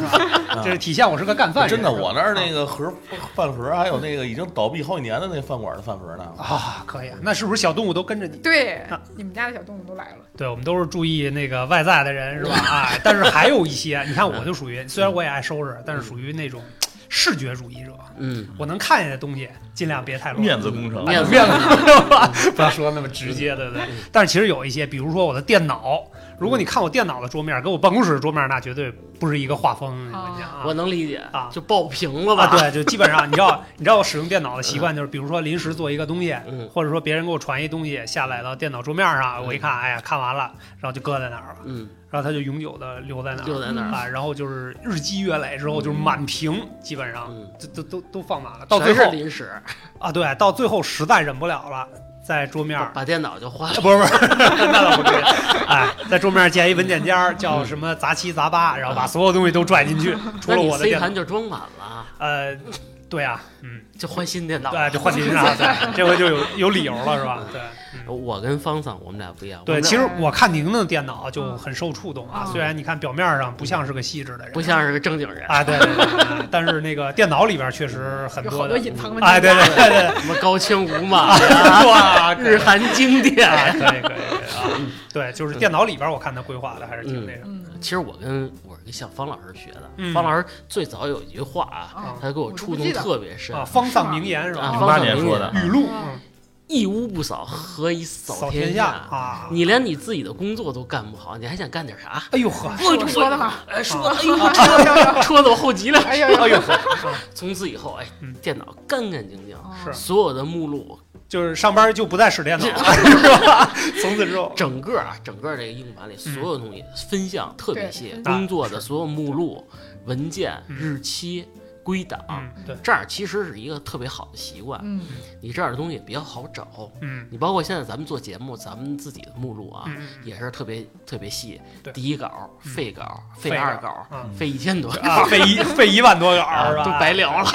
S3: 吧这是体现我是个干饭人。
S4: 真的，
S3: 是吧
S4: 我那儿那个盒啊饭盒，还有那个已经倒闭好几年的那饭馆的饭盒呢。
S3: 啊，可以啊。那是不是小动物都跟着你？
S2: 对
S3: 啊，
S2: 你们家的小动物都来了，
S3: 对，我们都是注意那个外在的人，是 吧？啊，但是还有一 些，你看我就属于，虽然我也爱收拾，但是属于那种视觉主义者，
S1: 嗯，
S3: 我能看见的东西尽量别太乱。
S4: 面子工程，
S1: 面子
S3: 面子 不要说得那么直接，对不对？但是其实有一些，比如说我的电脑，如果你看我电脑的桌面跟我办公室的桌面，那绝对不是一个画风。我跟你讲啊，
S1: 我能理解
S3: 啊
S1: 就爆屏了
S3: 啊，
S1: 吧？
S3: 对，就基本上，你知 道，你知道我使用电脑的习惯就是，比如说临时做一个东西，
S1: 嗯
S3: 或者说别人给我传一东西下载到电脑桌面上，我一看，哎呀，看完了，然后就搁在那儿了，
S1: 嗯，
S3: 然后它就永久的留在那
S1: 就
S3: 儿。
S1: 在那儿，
S3: 啊，然后就是日积月累之后，就是满屏，基本上
S1: 嗯，
S3: 都都都都放满啊了。到最
S1: 全是
S3: 后
S1: 临时，
S3: 啊，对，到最后实在忍不了了，在桌面
S1: 把电脑就花了。
S3: 不是 不是，那倒不至于。哎，在桌面建一文件夹儿，叫什么杂七杂八，然后把所有东西都拽进 去，除
S1: 那
S3: 了
S1: 你
S3: 我的
S1: C
S3: 电脑
S1: 盘。就装满了，
S3: 呃，对啊，嗯，
S1: 就换新电脑。
S3: 对，啊就换新 了，对，这回就有有理由了，是吧？对。嗯
S1: 我跟方桑我们俩不一样，我
S3: 对，
S1: 们
S3: 其
S1: 俩
S3: 实我看您的电脑就很受触动啊，虽然你看表面上不像是个细致的人，
S1: 不像是个正经人，
S3: 啊，对，对对对但是那个电脑里边确实很
S2: 有好
S3: 多
S2: 多
S3: 的，
S2: 隐藏问题。
S3: 哎，对对对对，哎
S1: 什么高清无码 呀、
S3: 哇，可以
S1: 日韩经典。
S3: 啊，可以可以可以啊，对，就是电脑里边我看他规划的还是挺那什么
S2: 嗯，
S1: 其实我跟我是向方老师学的，
S3: 嗯
S1: 方老师最早有一句话啊，
S2: 啊
S1: 他给我触动特别深
S3: 啊，，方丧名言是
S1: 啊
S3: 吧？
S4: 零
S1: 方
S4: 八
S1: 向
S4: 年
S1: 明
S4: 说
S1: 远
S4: 的，
S3: 语录，
S2: 啊
S3: 嗯
S1: 一屋不扫，何以扫
S3: 扫天
S1: 下？
S3: 下啊
S1: 你连你自己的工作都干不好，你还想干点啥？
S3: 哎呦呵，
S2: 是我哦说的吗？
S1: 哎，说哎呦， 戳戳的我后脊梁。
S2: 哎呦呦，
S3: 哎呦呵，
S1: 从此以后，哎
S3: 嗯，
S1: 电脑干干净净，
S2: 哦
S3: 是啊
S1: 所有的目录啊
S3: 就是上班就不再使电脑啊了，是吧？ 从此之后，
S1: 整个啊，整个这个硬盘里所有东西分项特别细，
S2: 对
S1: 工作的
S3: 嗯是
S1: 所有目录、文件、
S3: 嗯
S1: 日期、归档，
S3: 嗯，对，
S1: 这样其实是一个特别好的习惯。
S2: 嗯，
S1: 你这样的东西比较好找，
S3: 嗯
S1: 你包括现在咱们做节目，咱们自己的目录啊，
S3: 嗯嗯
S1: 也是特别特别细。
S3: 对
S1: 第一稿、
S3: 嗯
S1: 废稿、
S3: 废
S1: 废二
S3: 稿
S1: 稿、
S3: 嗯
S1: 废一千多
S3: 啊，
S1: 稿，
S3: 费一费一万多个儿是吧？
S1: 啊都白聊了，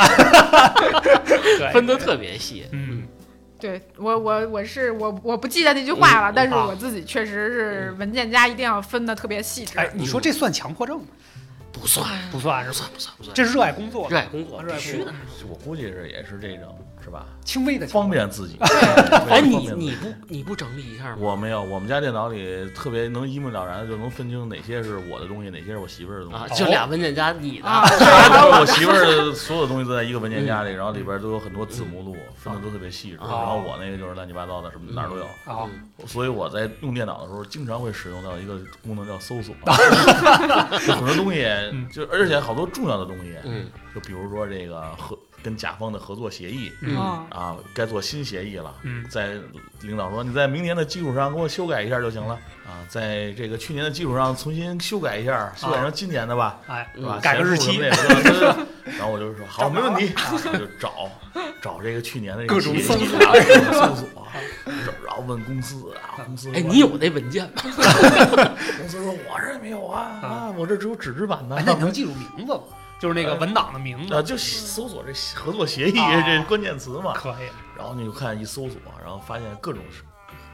S3: 对，
S1: 分得特别细。
S3: 嗯，
S2: 对我我我是我我不记得那句话了，但是
S3: 啊嗯
S2: 我自己确实是文件夹一定要分的特别细致。
S3: 哎，你说这算强迫症吗？
S1: 不算，
S3: 不算
S1: 不
S3: 是吧？
S1: 算，不算，不算。
S3: 这是热爱工作
S1: 热，爱工作
S3: 热爱
S1: 必须
S3: 工
S1: 的
S3: 作。，
S4: 我估计是也是这种，是吧？
S3: 轻微的强
S4: 方便 自己。
S1: 哎，
S4: 哎
S1: 你你不你不整理一下吗？
S4: 我没有，我们家电脑里特别能一目了然的就能分清哪些是我的东西，哪些是我媳妇儿的东
S1: 啊，
S4: 西。
S1: 就俩文件夹，你的
S2: 啊，
S4: 我媳妇儿所有的东西都在一个文件夹里，然后里边都有很多子目录，分的都特别细致。
S1: 啊
S4: 然后我那个就是乱七八糟的，什么哪儿都有。
S3: 迫啊，
S4: 所以我在用电脑的时候，经常会使用到一个功能叫搜索，就很多东西，就而且好多重要的东西，
S1: 嗯
S4: 就比如说这个合跟甲方的合作协议
S3: 嗯
S2: 嗯
S4: 啊，该做新协议了。
S3: 嗯
S4: 在领导说你在明年的基础上给我修改一下就行了啊，在这个去年的基础上重新修改一下，修改成今年的吧，
S3: 哎
S4: 是吧？，
S3: 改个日
S4: 前
S3: 期
S4: 后，什么的对对对 然后我就说好，
S3: 找
S4: 没
S3: 着
S4: 问题，我就找找这个去年的
S3: 各种
S4: 搜
S3: 搜
S4: 索
S3: 索，
S4: 啊各种搜索，然后问公司啊，公司
S1: 哎，
S4: 说
S1: 你有那文件吗？
S4: 公司说我这没有啊
S3: 啊
S4: 啊，我这只有纸质版的
S3: 哎，。那 能记住名字吗？就是那个
S1: 呃
S3: 文档的名
S4: 啊，
S3: 字，
S4: 就搜索这合作协议
S3: 啊
S4: 这关键词嘛，
S3: 可以，
S4: 然后你就看一搜索，然后发现各种是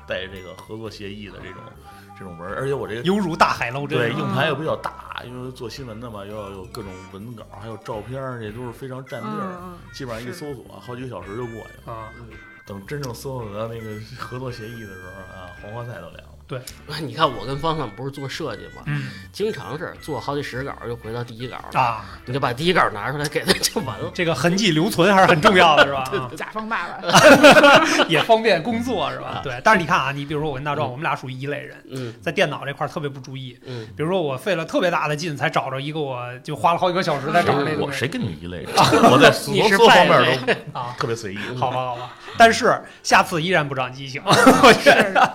S4: 带这个合作协议的这种这种文儿，而且我这个
S3: 犹如大海捞针。啊
S4: 对硬盘又比较大，因为做新闻的嘛，要有各种文稿，还有照片儿，这都是非常占地儿。啊
S2: 嗯
S4: 基本上一
S2: 是
S4: 搜索，好几个小时就过去了。
S3: 啊，
S4: 等真正搜索到那个合作协议的时候啊，黄花菜都凉了。
S3: 对，
S1: 你看我跟方方不是做设计嘛，
S3: 嗯
S1: 经常是做好几十稿就回到第一稿了，
S3: 啊，
S1: 你就把第一稿拿出来给他就完 了。
S3: 这个痕迹留存还是很重要的，是 吧？ 啊
S2: 甲方爸爸，
S3: 也方便工作，是吧
S1: 啊？
S3: 对。但是你看啊，你比如说我跟大壮，我们俩属于一类人，
S1: 嗯
S3: 在电脑这块儿特别不注意。
S1: 嗯，
S3: 比如说我费了特别大的劲才找着一个，我就花了好几个小时才找着那个
S4: 我谁跟你一类？ 我在所
S1: 你是
S4: 所有方
S1: 败
S4: 面都
S3: 啊。
S4: 特 别随意，
S3: 好吧，好吧，但是下次依然不长记性，我觉得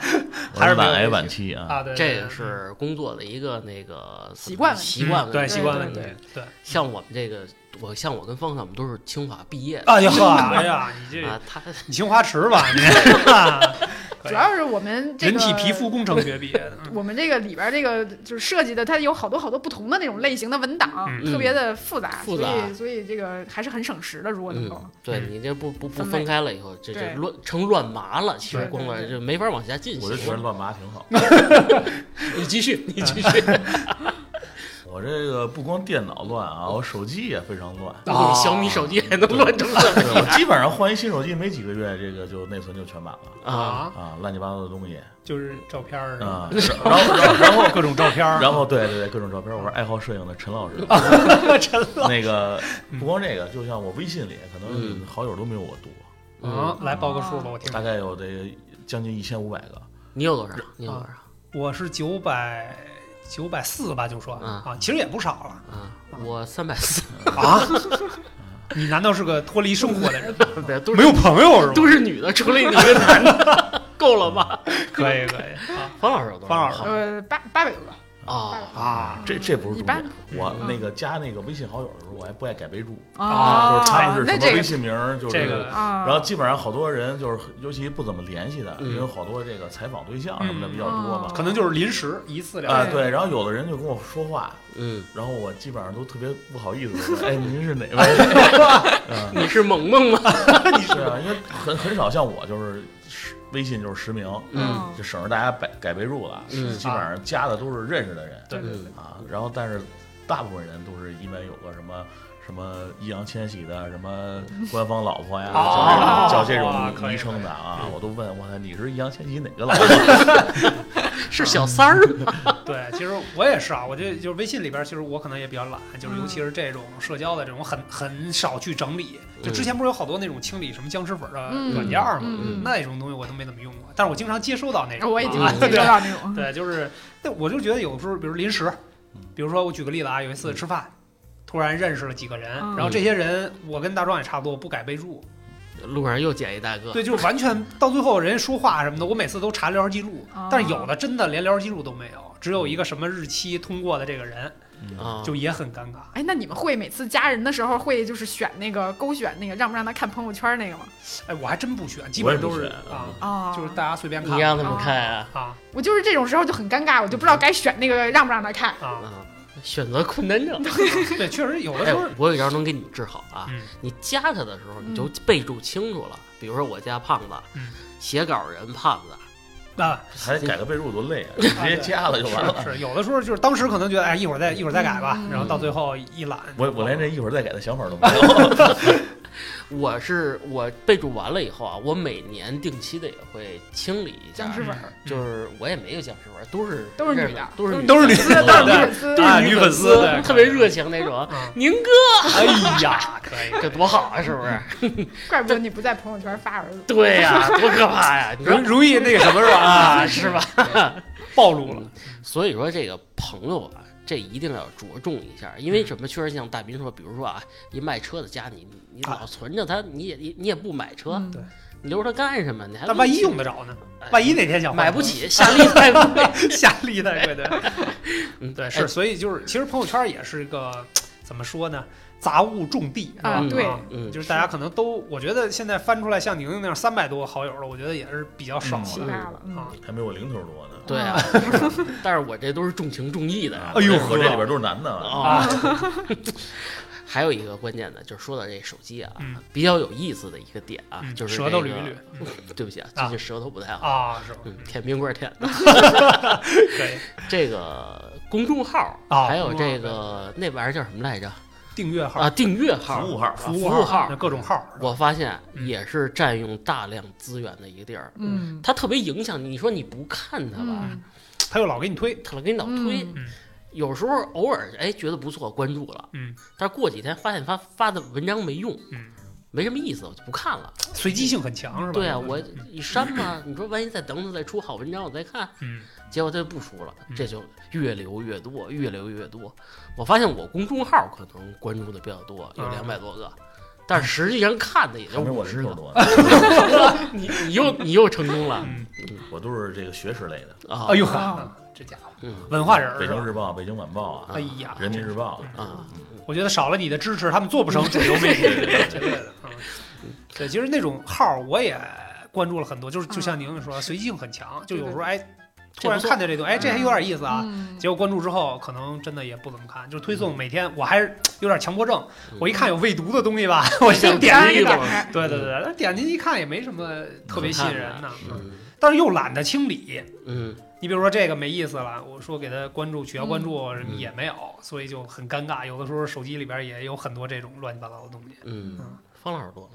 S3: 还是没有问题
S4: 晚癌晚期啊。
S3: 啊，对，
S1: 嗯这
S3: 对
S1: 个是工作的一个那个
S2: 习惯问题
S1: 习惯
S3: 嗯
S1: 问
S3: 对
S1: 题
S3: 习惯问题
S1: 对对，
S3: 对。
S1: 像我们这个，我像我跟方方，我们都是清华毕业的
S3: 哎 呀呵，哎呀，你这
S1: 啊，他
S3: 你青花瓷吧， 你
S2: 主要是我们这
S3: 人
S2: 个
S3: 体皮肤工程学毕业 的，嗯
S2: 我们这个里边儿这个就是设计的，它有好多好多不同的那种类型的文档，
S3: 嗯
S2: 特别的复杂，
S1: 复杂
S2: 所以所以这个还是很省时的。如果能够，
S1: 嗯，对你这不不不
S2: 分类
S1: 分开了以后，这
S2: 对
S1: 这乱成乱麻了，其实
S2: 对
S1: 工作
S2: 对对
S1: 就没法往下进行。
S4: 我就觉得乱麻挺好。
S1: 你 继续，你继续，
S4: 我这个不光电脑乱啊，我手机也非常乱。
S3: 啊
S1: 小米手机还能乱成这
S4: 对我基本上换一新手机没几个月，这个就内存就全满了
S1: 么啊？
S4: 啊，乱七八糟的东西
S3: 就是照片儿
S4: 啊。
S3: 嗯是啊
S4: 然后，然后，然后
S3: 吧各种照片 儿，
S4: 然 后对对对，各种照片，我是爱好摄影的陈老师。
S3: 嗯陈
S4: 那个不光这个，就像我微信里可能
S3: 嗯
S4: 好友都没有我多，
S3: 啊，来报个数吧，我听
S4: 大
S3: 听。
S4: 概有这个将近一千五百个。
S1: 你有多少？你有多少？
S3: 我是九百九百四吧，就说
S1: 啊
S3: 啊，其实也不少了
S1: 啊，我三百 四，
S3: 啊。 你难道是个脱离生活的人吗？
S1: 都
S3: 没
S1: 是
S3: 有朋友是吗？
S1: 都是女的，除了你一个男的，够了吧？
S3: 可以可以啊
S1: 方老师有多少？
S3: 方老师
S2: 呃，八八百多个，
S1: 啊，
S3: 啊
S4: 这这不是
S2: 一
S4: 重
S2: 般嗯
S4: 点。我那个加那个微信好友的时候，我还不爱改备注，
S3: 啊
S4: 就是他们是
S2: 哦那
S4: 什么
S2: 这
S4: 微
S2: 个
S4: 信名儿，就是
S3: 这个
S2: 啊，
S4: 然后基本上好多人就是，尤其不怎么联系的，
S1: 嗯
S4: 因为好多这个采访对象什么的
S3: 嗯
S4: 比较多嘛。
S3: 可能就是临时一次
S2: 嗯
S4: 啊、
S3: 了解。
S4: 对，然后有的人就跟我说话，
S1: 嗯，
S4: 然后我基本上都特别不好意思，我说：“哎，您是哪位
S1: 你是萌萌吗？？”
S4: 是啊，因为很很少像我就是实微信就是实名，
S1: 嗯
S4: 就省着大家改改备注了，
S1: 嗯
S4: 基本上加的都是认识的人
S3: 对
S1: 嗯
S4: 啊。然后但是大部分人都是一般有个什么。什么易烊千玺的什么官方老婆 呀，
S3: 哦
S4: 叫这种
S3: 哦
S4: 叫这
S3: 可
S4: 种
S3: 以嗯
S4: 昵称
S1: 可
S4: 的啊
S1: 以，
S4: 我都问我操，你是易烊千玺哪个老婆？
S1: 是小三儿吗？
S3: 对，其实我也是啊，我这就是微信里边，其实我可能也比较懒，就是尤其是这种社交的这种，很很少去整理。就之前不是有好多那种清理什么僵尸粉的软件儿吗？
S2: 嗯，
S3: 那种东西我都没怎么用过，但是我经常接收到那种啊。
S2: 我已经
S1: 啊
S2: 接触
S3: 对
S2: 到那种，
S3: 对，就是，但我就觉得有时候，比如临时，比如说我举个例子啊，有一次吃饭，突然认识了几个人，
S2: 嗯
S3: 然后这些人我跟大壮也差不多，我不改备注，
S1: 路上又捡一大哥，
S3: 对，就是完全到最后人家说话什么的，我每次都查聊天记录
S2: 哦，
S3: 但是有的真的连聊天记录都没有，只有一个什么日期通过的这个人，
S4: 嗯
S1: 啊，
S3: 就也很尴尬。
S2: 哎，那你们会每次加人的时候会就是选那个勾选那个让不让他看朋友圈那个吗？
S3: 哎，我还真不选，基本上都是
S4: 我也不选
S3: 啊，
S2: 啊，
S3: 就是大家随便
S1: 你
S3: 看
S1: 让他们看啊
S3: 啊
S2: 我就是这种时候就很尴尬，我就不
S3: 嗯
S2: 知道该选那个让不让他 看。
S3: 啊，
S1: 啊，选择困难症。
S3: 对，确实有的
S1: 哎
S3: 时候，，
S1: 我有一招能给你治好啊
S3: 嗯！
S1: 你加他的时候，你
S2: 嗯
S1: 就备注清楚了。比如说我加胖子
S3: 嗯，
S1: 写稿人胖子，
S3: 啊
S4: 还改个备注多累啊！直接加了就完了。
S3: 是是有的时候就是当时可能觉得哎一会儿再一会儿再改吧
S2: 嗯，
S3: 然后到最后一懒，
S4: 我我连这一会儿再改的想法都没 有。
S1: 我是我备注完了以后啊，我每年定期的也会清理一
S2: 僵
S1: 下
S2: 尸，粉
S3: 嗯
S2: 儿
S1: 就是我也没有僵尸粉，都是
S2: 都是女的
S1: 的，都是
S3: 都是女
S1: 的
S3: 的
S2: 都是女
S3: 对
S2: 粉丝，
S1: 都
S3: 啊
S1: 是
S3: 女
S1: 女
S3: 粉丝
S1: 丝
S3: 对，
S1: 特别热情那 种。
S3: 啊，
S1: 宁哥，
S3: 哎呀， 可以，
S1: 这多好啊，是不是？
S2: 怪不得你不在朋友圈发儿子。
S1: 对 呀、多可怕呀！你说
S3: 容容易那个什么是吧？
S1: 啊，
S3: 啊，
S1: 是吧？ 嗯
S3: 暴露了，嗯
S1: 所以说这个朋友啊，这一定要着重一下，因为什么？确实像大斌说，比如说啊，一卖车的家你，你
S3: 啊
S1: 老存着他，你也你你也不买车，
S2: 嗯
S3: 对
S1: 你留着它干什么？你还
S3: 但万一用得着呢？
S1: 哎
S3: 万一哪天想换
S1: 买不 起，夏利太贵。
S3: 夏利的，对对，
S1: 嗯
S3: 对是，所以就是其实朋友圈也是一个怎么说呢，杂物重地是吧
S2: 啊
S1: 嗯
S2: 对
S3: 啊
S1: 嗯，
S3: 就是大家可能都，我觉得现在翻出来像宁宁那样三百多个好友了，我觉得也是比较少
S2: 奇
S3: 的、
S2: 葩了，
S3: 啊
S2: 嗯，。
S4: 还没我零头多呢。
S1: 对啊， 但是我这都是重情重义的啊。
S3: 嗯哎呦哦
S4: 我这里边都是男的啊。
S1: 啊，还有一个关键的，就是说到这手机啊，
S3: 嗯
S1: 比较有意思的一个点啊，
S3: 嗯
S1: 就是、
S3: 舌头捋一捋。
S1: 对不起啊，
S3: 啊
S1: 最近舌头不太好。
S3: 啊，是吧？
S1: 嗯，舔冰棍儿舔的
S3: 可以
S1: 这个公众号，
S3: 啊
S1: 还有这
S3: 公众
S1: 个那玩意儿叫什么来着？
S3: 订阅号
S1: 啊，、订阅号、
S4: 服务号啊
S1: 服
S3: 务
S1: 务
S3: 号
S1: 号、，
S3: 各种号。
S1: 我发现
S3: 嗯
S1: 也是占用大量资源的一个地儿，
S2: 嗯
S1: 它特别影响你。你说你不看 它吧，
S2: 嗯
S3: 他又老给你推，
S1: 它老给你老推。
S2: 嗯
S1: 有时候偶尔哎觉得不错，关注了，
S3: 嗯，
S1: 但是过几天发现发发的文章没用，
S3: 嗯，
S1: 没什么意思，我就不看了。
S3: 随机性很强是吧？
S1: 对啊，我你删吧，你说万一再等等再出好文章我再看，
S3: 嗯
S1: 结果它就不出了，
S3: 嗯
S1: 这就越留越多，越留越多。我发现我公众号可能关注的比较多，有
S3: 啊
S1: 两百多个。但是实际上看的也就
S4: 还没
S1: 五
S4: 我
S1: 十
S4: 人口
S1: 个，
S4: 多呢，
S1: 你你又你又成功了
S3: 嗯，
S4: 我都是这个学识类的，
S1: 啊！
S3: 哎呦呵
S2: 啊，
S3: 这家伙
S1: 嗯
S3: 文化人儿
S4: 北
S3: 是
S4: 京
S3: 吧？
S4: 日报、北京晚报啊，
S3: 哎呀，
S4: 人民日报，
S1: 啊，
S3: 我觉得少了你的支持，他们做不成主流媒体。这类的，嗯对，其实那种号儿我也关注了很多，就是就像您说，随机性很强，就有时候哎，突然看见这东西，哎，这还有点意思啊。
S2: 嗯
S3: 结果关注之后，可能真的也不怎么看，就是推送每天我还是有点强迫症
S1: 嗯，
S3: 我一看有未读的东西吧，我先点
S2: 加
S3: 进
S2: 一
S3: 去
S2: 点
S3: 看。
S2: 儿，
S3: 对对对，那点进去一看也没什么特别吸引人的，
S1: 嗯
S3: 但是又懒得清理。
S1: 嗯
S3: 你比如说这个没意思了，我说给他关注取消关注什么
S1: 嗯
S3: 也没有，所以就很尴尬。有的时候手机里边也有很多这种乱七八糟的东西。
S1: 嗯，方老师多吗？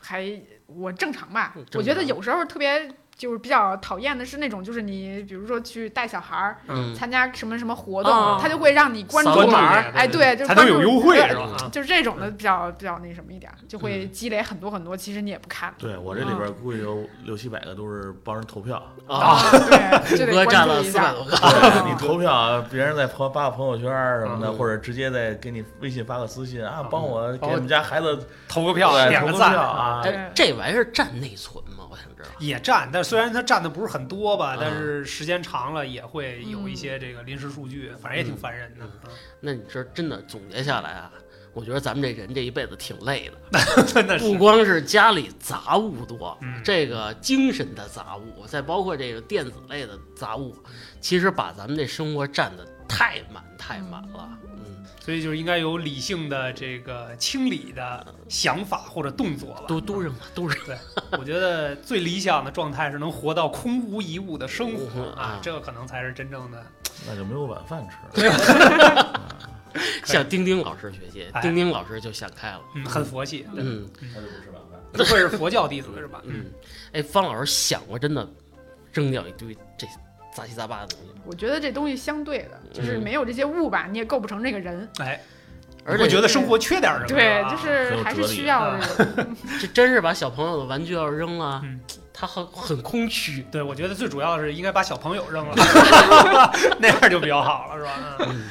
S2: 还我正常吧
S1: 正常，
S2: 我觉得有时候特别就是比较讨厌的是那种，就是你比如说去带小孩儿
S1: 嗯
S2: 参加什么什么
S3: 嗯
S2: 活动
S3: 哦
S1: 啊，
S2: 他就会让你关注
S1: 扫
S3: 关注
S1: 码
S2: 嘛，
S1: 儿
S3: 也
S2: 哎，对，就是
S3: 才能有
S2: 关注哎
S3: 优惠
S2: 对
S3: 是吧？啊
S2: 就是这种的比较比较那什么一点儿，就会积累很多很多，其实你也不看的
S4: 对我这里边估计有六七百个都是帮人投票，
S1: 啊，
S2: 对，就
S1: 谷
S2: 得
S1: 歌占
S2: 关
S1: 了
S2: 注一
S1: 四
S2: 下
S1: 百。多个，
S2: 啊
S4: 你投票啊，别人再发发个朋友圈儿什么的，
S1: 嗯
S4: 或者直接再给你微信发个私信啊，
S3: 嗯
S4: 帮我给
S3: 帮我
S4: 我们家孩子
S3: 投个票，
S4: 对
S3: 点个
S4: 投
S3: 赞
S4: 票啊
S2: 对
S1: 哎，这玩意儿占内存吗？我想知道。
S3: 也占，但虽然它占的不是很多吧，
S1: 嗯
S3: 但是时间长了也会有一些这个临时数据，反正也挺烦人的。
S1: 那你这真的总结下来啊，我觉得咱们这人这一辈子挺累的，
S3: 嗯 真的
S1: 不
S3: 是，
S1: 光是家里杂物多
S3: 嗯，
S1: 这个精神的杂物，再包括这个电子类的杂物，其实把咱们这生活占的太满太满了。嗯，
S3: 所以就是应该有理性的这个清理的想法或者动作吧。
S1: 都都扔吧，都扔。
S3: 我觉得最理想的状态是能活到空无一物的生活
S1: 嗯
S3: 啊
S1: 啊，
S3: 这个可能才是真正的。
S4: 那就没有晚饭吃。
S3: 可以
S1: 向丁丁老师学习
S3: 哎，
S1: 丁丁老师就想开了。
S3: 嗯，很佛系，对
S1: 嗯，
S4: 他就不吃晚饭。
S3: 不愧是佛教弟子是吧？
S1: 嗯，哎，方老师想过真的扔掉一堆这杂七杂八的东西吗，
S2: 我觉得这东西相对的，就是
S1: 嗯
S2: 没有这些物吧，你也构不成这个人。
S3: 哎，
S1: 而
S3: 我
S1: 且
S3: 觉得生活缺点什么？
S2: 对，
S3: 吧
S2: 就是还是需要
S3: 哎很有
S2: 这个
S1: 这真是把小朋友的玩具要扔了，
S3: 嗯
S1: 他很很空虚。
S3: 对，我觉得最主要是应该把小朋友 扔了， 那样就比较好了，是吧？嗯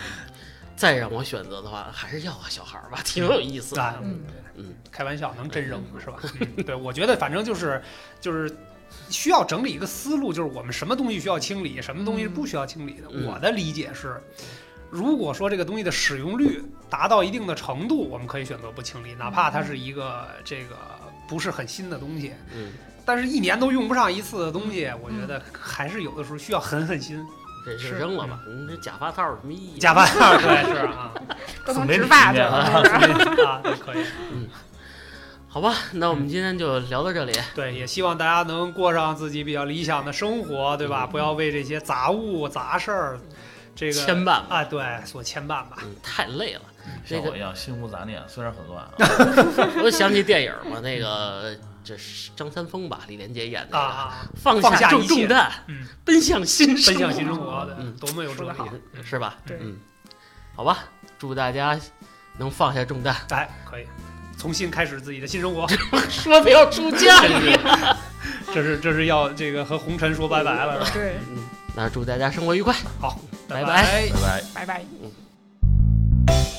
S1: 再让我选择的话，还是要个小孩儿吧，挺有意思
S3: 啊
S1: 的。
S2: 嗯
S1: 嗯
S3: 开玩笑，能真扔是吧？ 嗯对，我觉得反正就是就是需要整理一个思路，就是我们什么东西需要清理，什么东西是不需要清理的。
S1: 嗯
S3: 我的理解是，如果说这个东西的使用率达到一定的程度，我们可以选择不清理，哪怕它是一个这个不是很新的东西，
S1: 嗯，
S3: 但是一年都用不上一次的东西，我觉得还是有的时候需要狠狠心。
S1: 这就是扔了吧，嗯你这假发套有什么意义？啊
S3: 加班 对是啊
S2: 都成
S4: 没
S2: 植发去
S4: 理 念
S2: 了。
S4: 啊
S3: 啊，对可以。
S1: 好吧，那我们今天就聊到这里。
S3: 对，也希望大家能过上自己比较理想的生活，对吧？不要为这些杂物杂事儿，这个
S1: 牵绊吧，
S3: 啊，对，所牵绊吧。
S1: 嗯，太累了。
S4: 像
S1: 那
S4: 我
S1: 个
S4: 一样心无杂念，虽然很乱啊，
S1: 我又想起电影嘛，那个这是张三丰吧，李连杰演的那个
S3: 啊啊，
S1: 放
S3: 放下
S1: 重
S3: 一
S1: 重
S3: 切
S1: 担，
S3: 嗯，
S1: 奔向新生
S3: 奔
S1: 活
S3: 向新生活，对
S1: 嗯
S3: 多么有哲
S2: 说
S3: 理
S2: 得好，
S1: 是吧？
S2: 对
S1: 嗯，好吧，祝大家能放下重担，
S3: 哎，可以。重新开始自己的新 生活，
S1: 说不要出家一样。
S3: 这是这是要这个和红尘说拜拜了，是吧
S2: 对，
S1: 嗯那祝大家生活愉快，
S3: 好，
S1: 拜
S3: 拜
S1: 拜
S4: 拜拜。
S2: 拜拜。
S1: 拜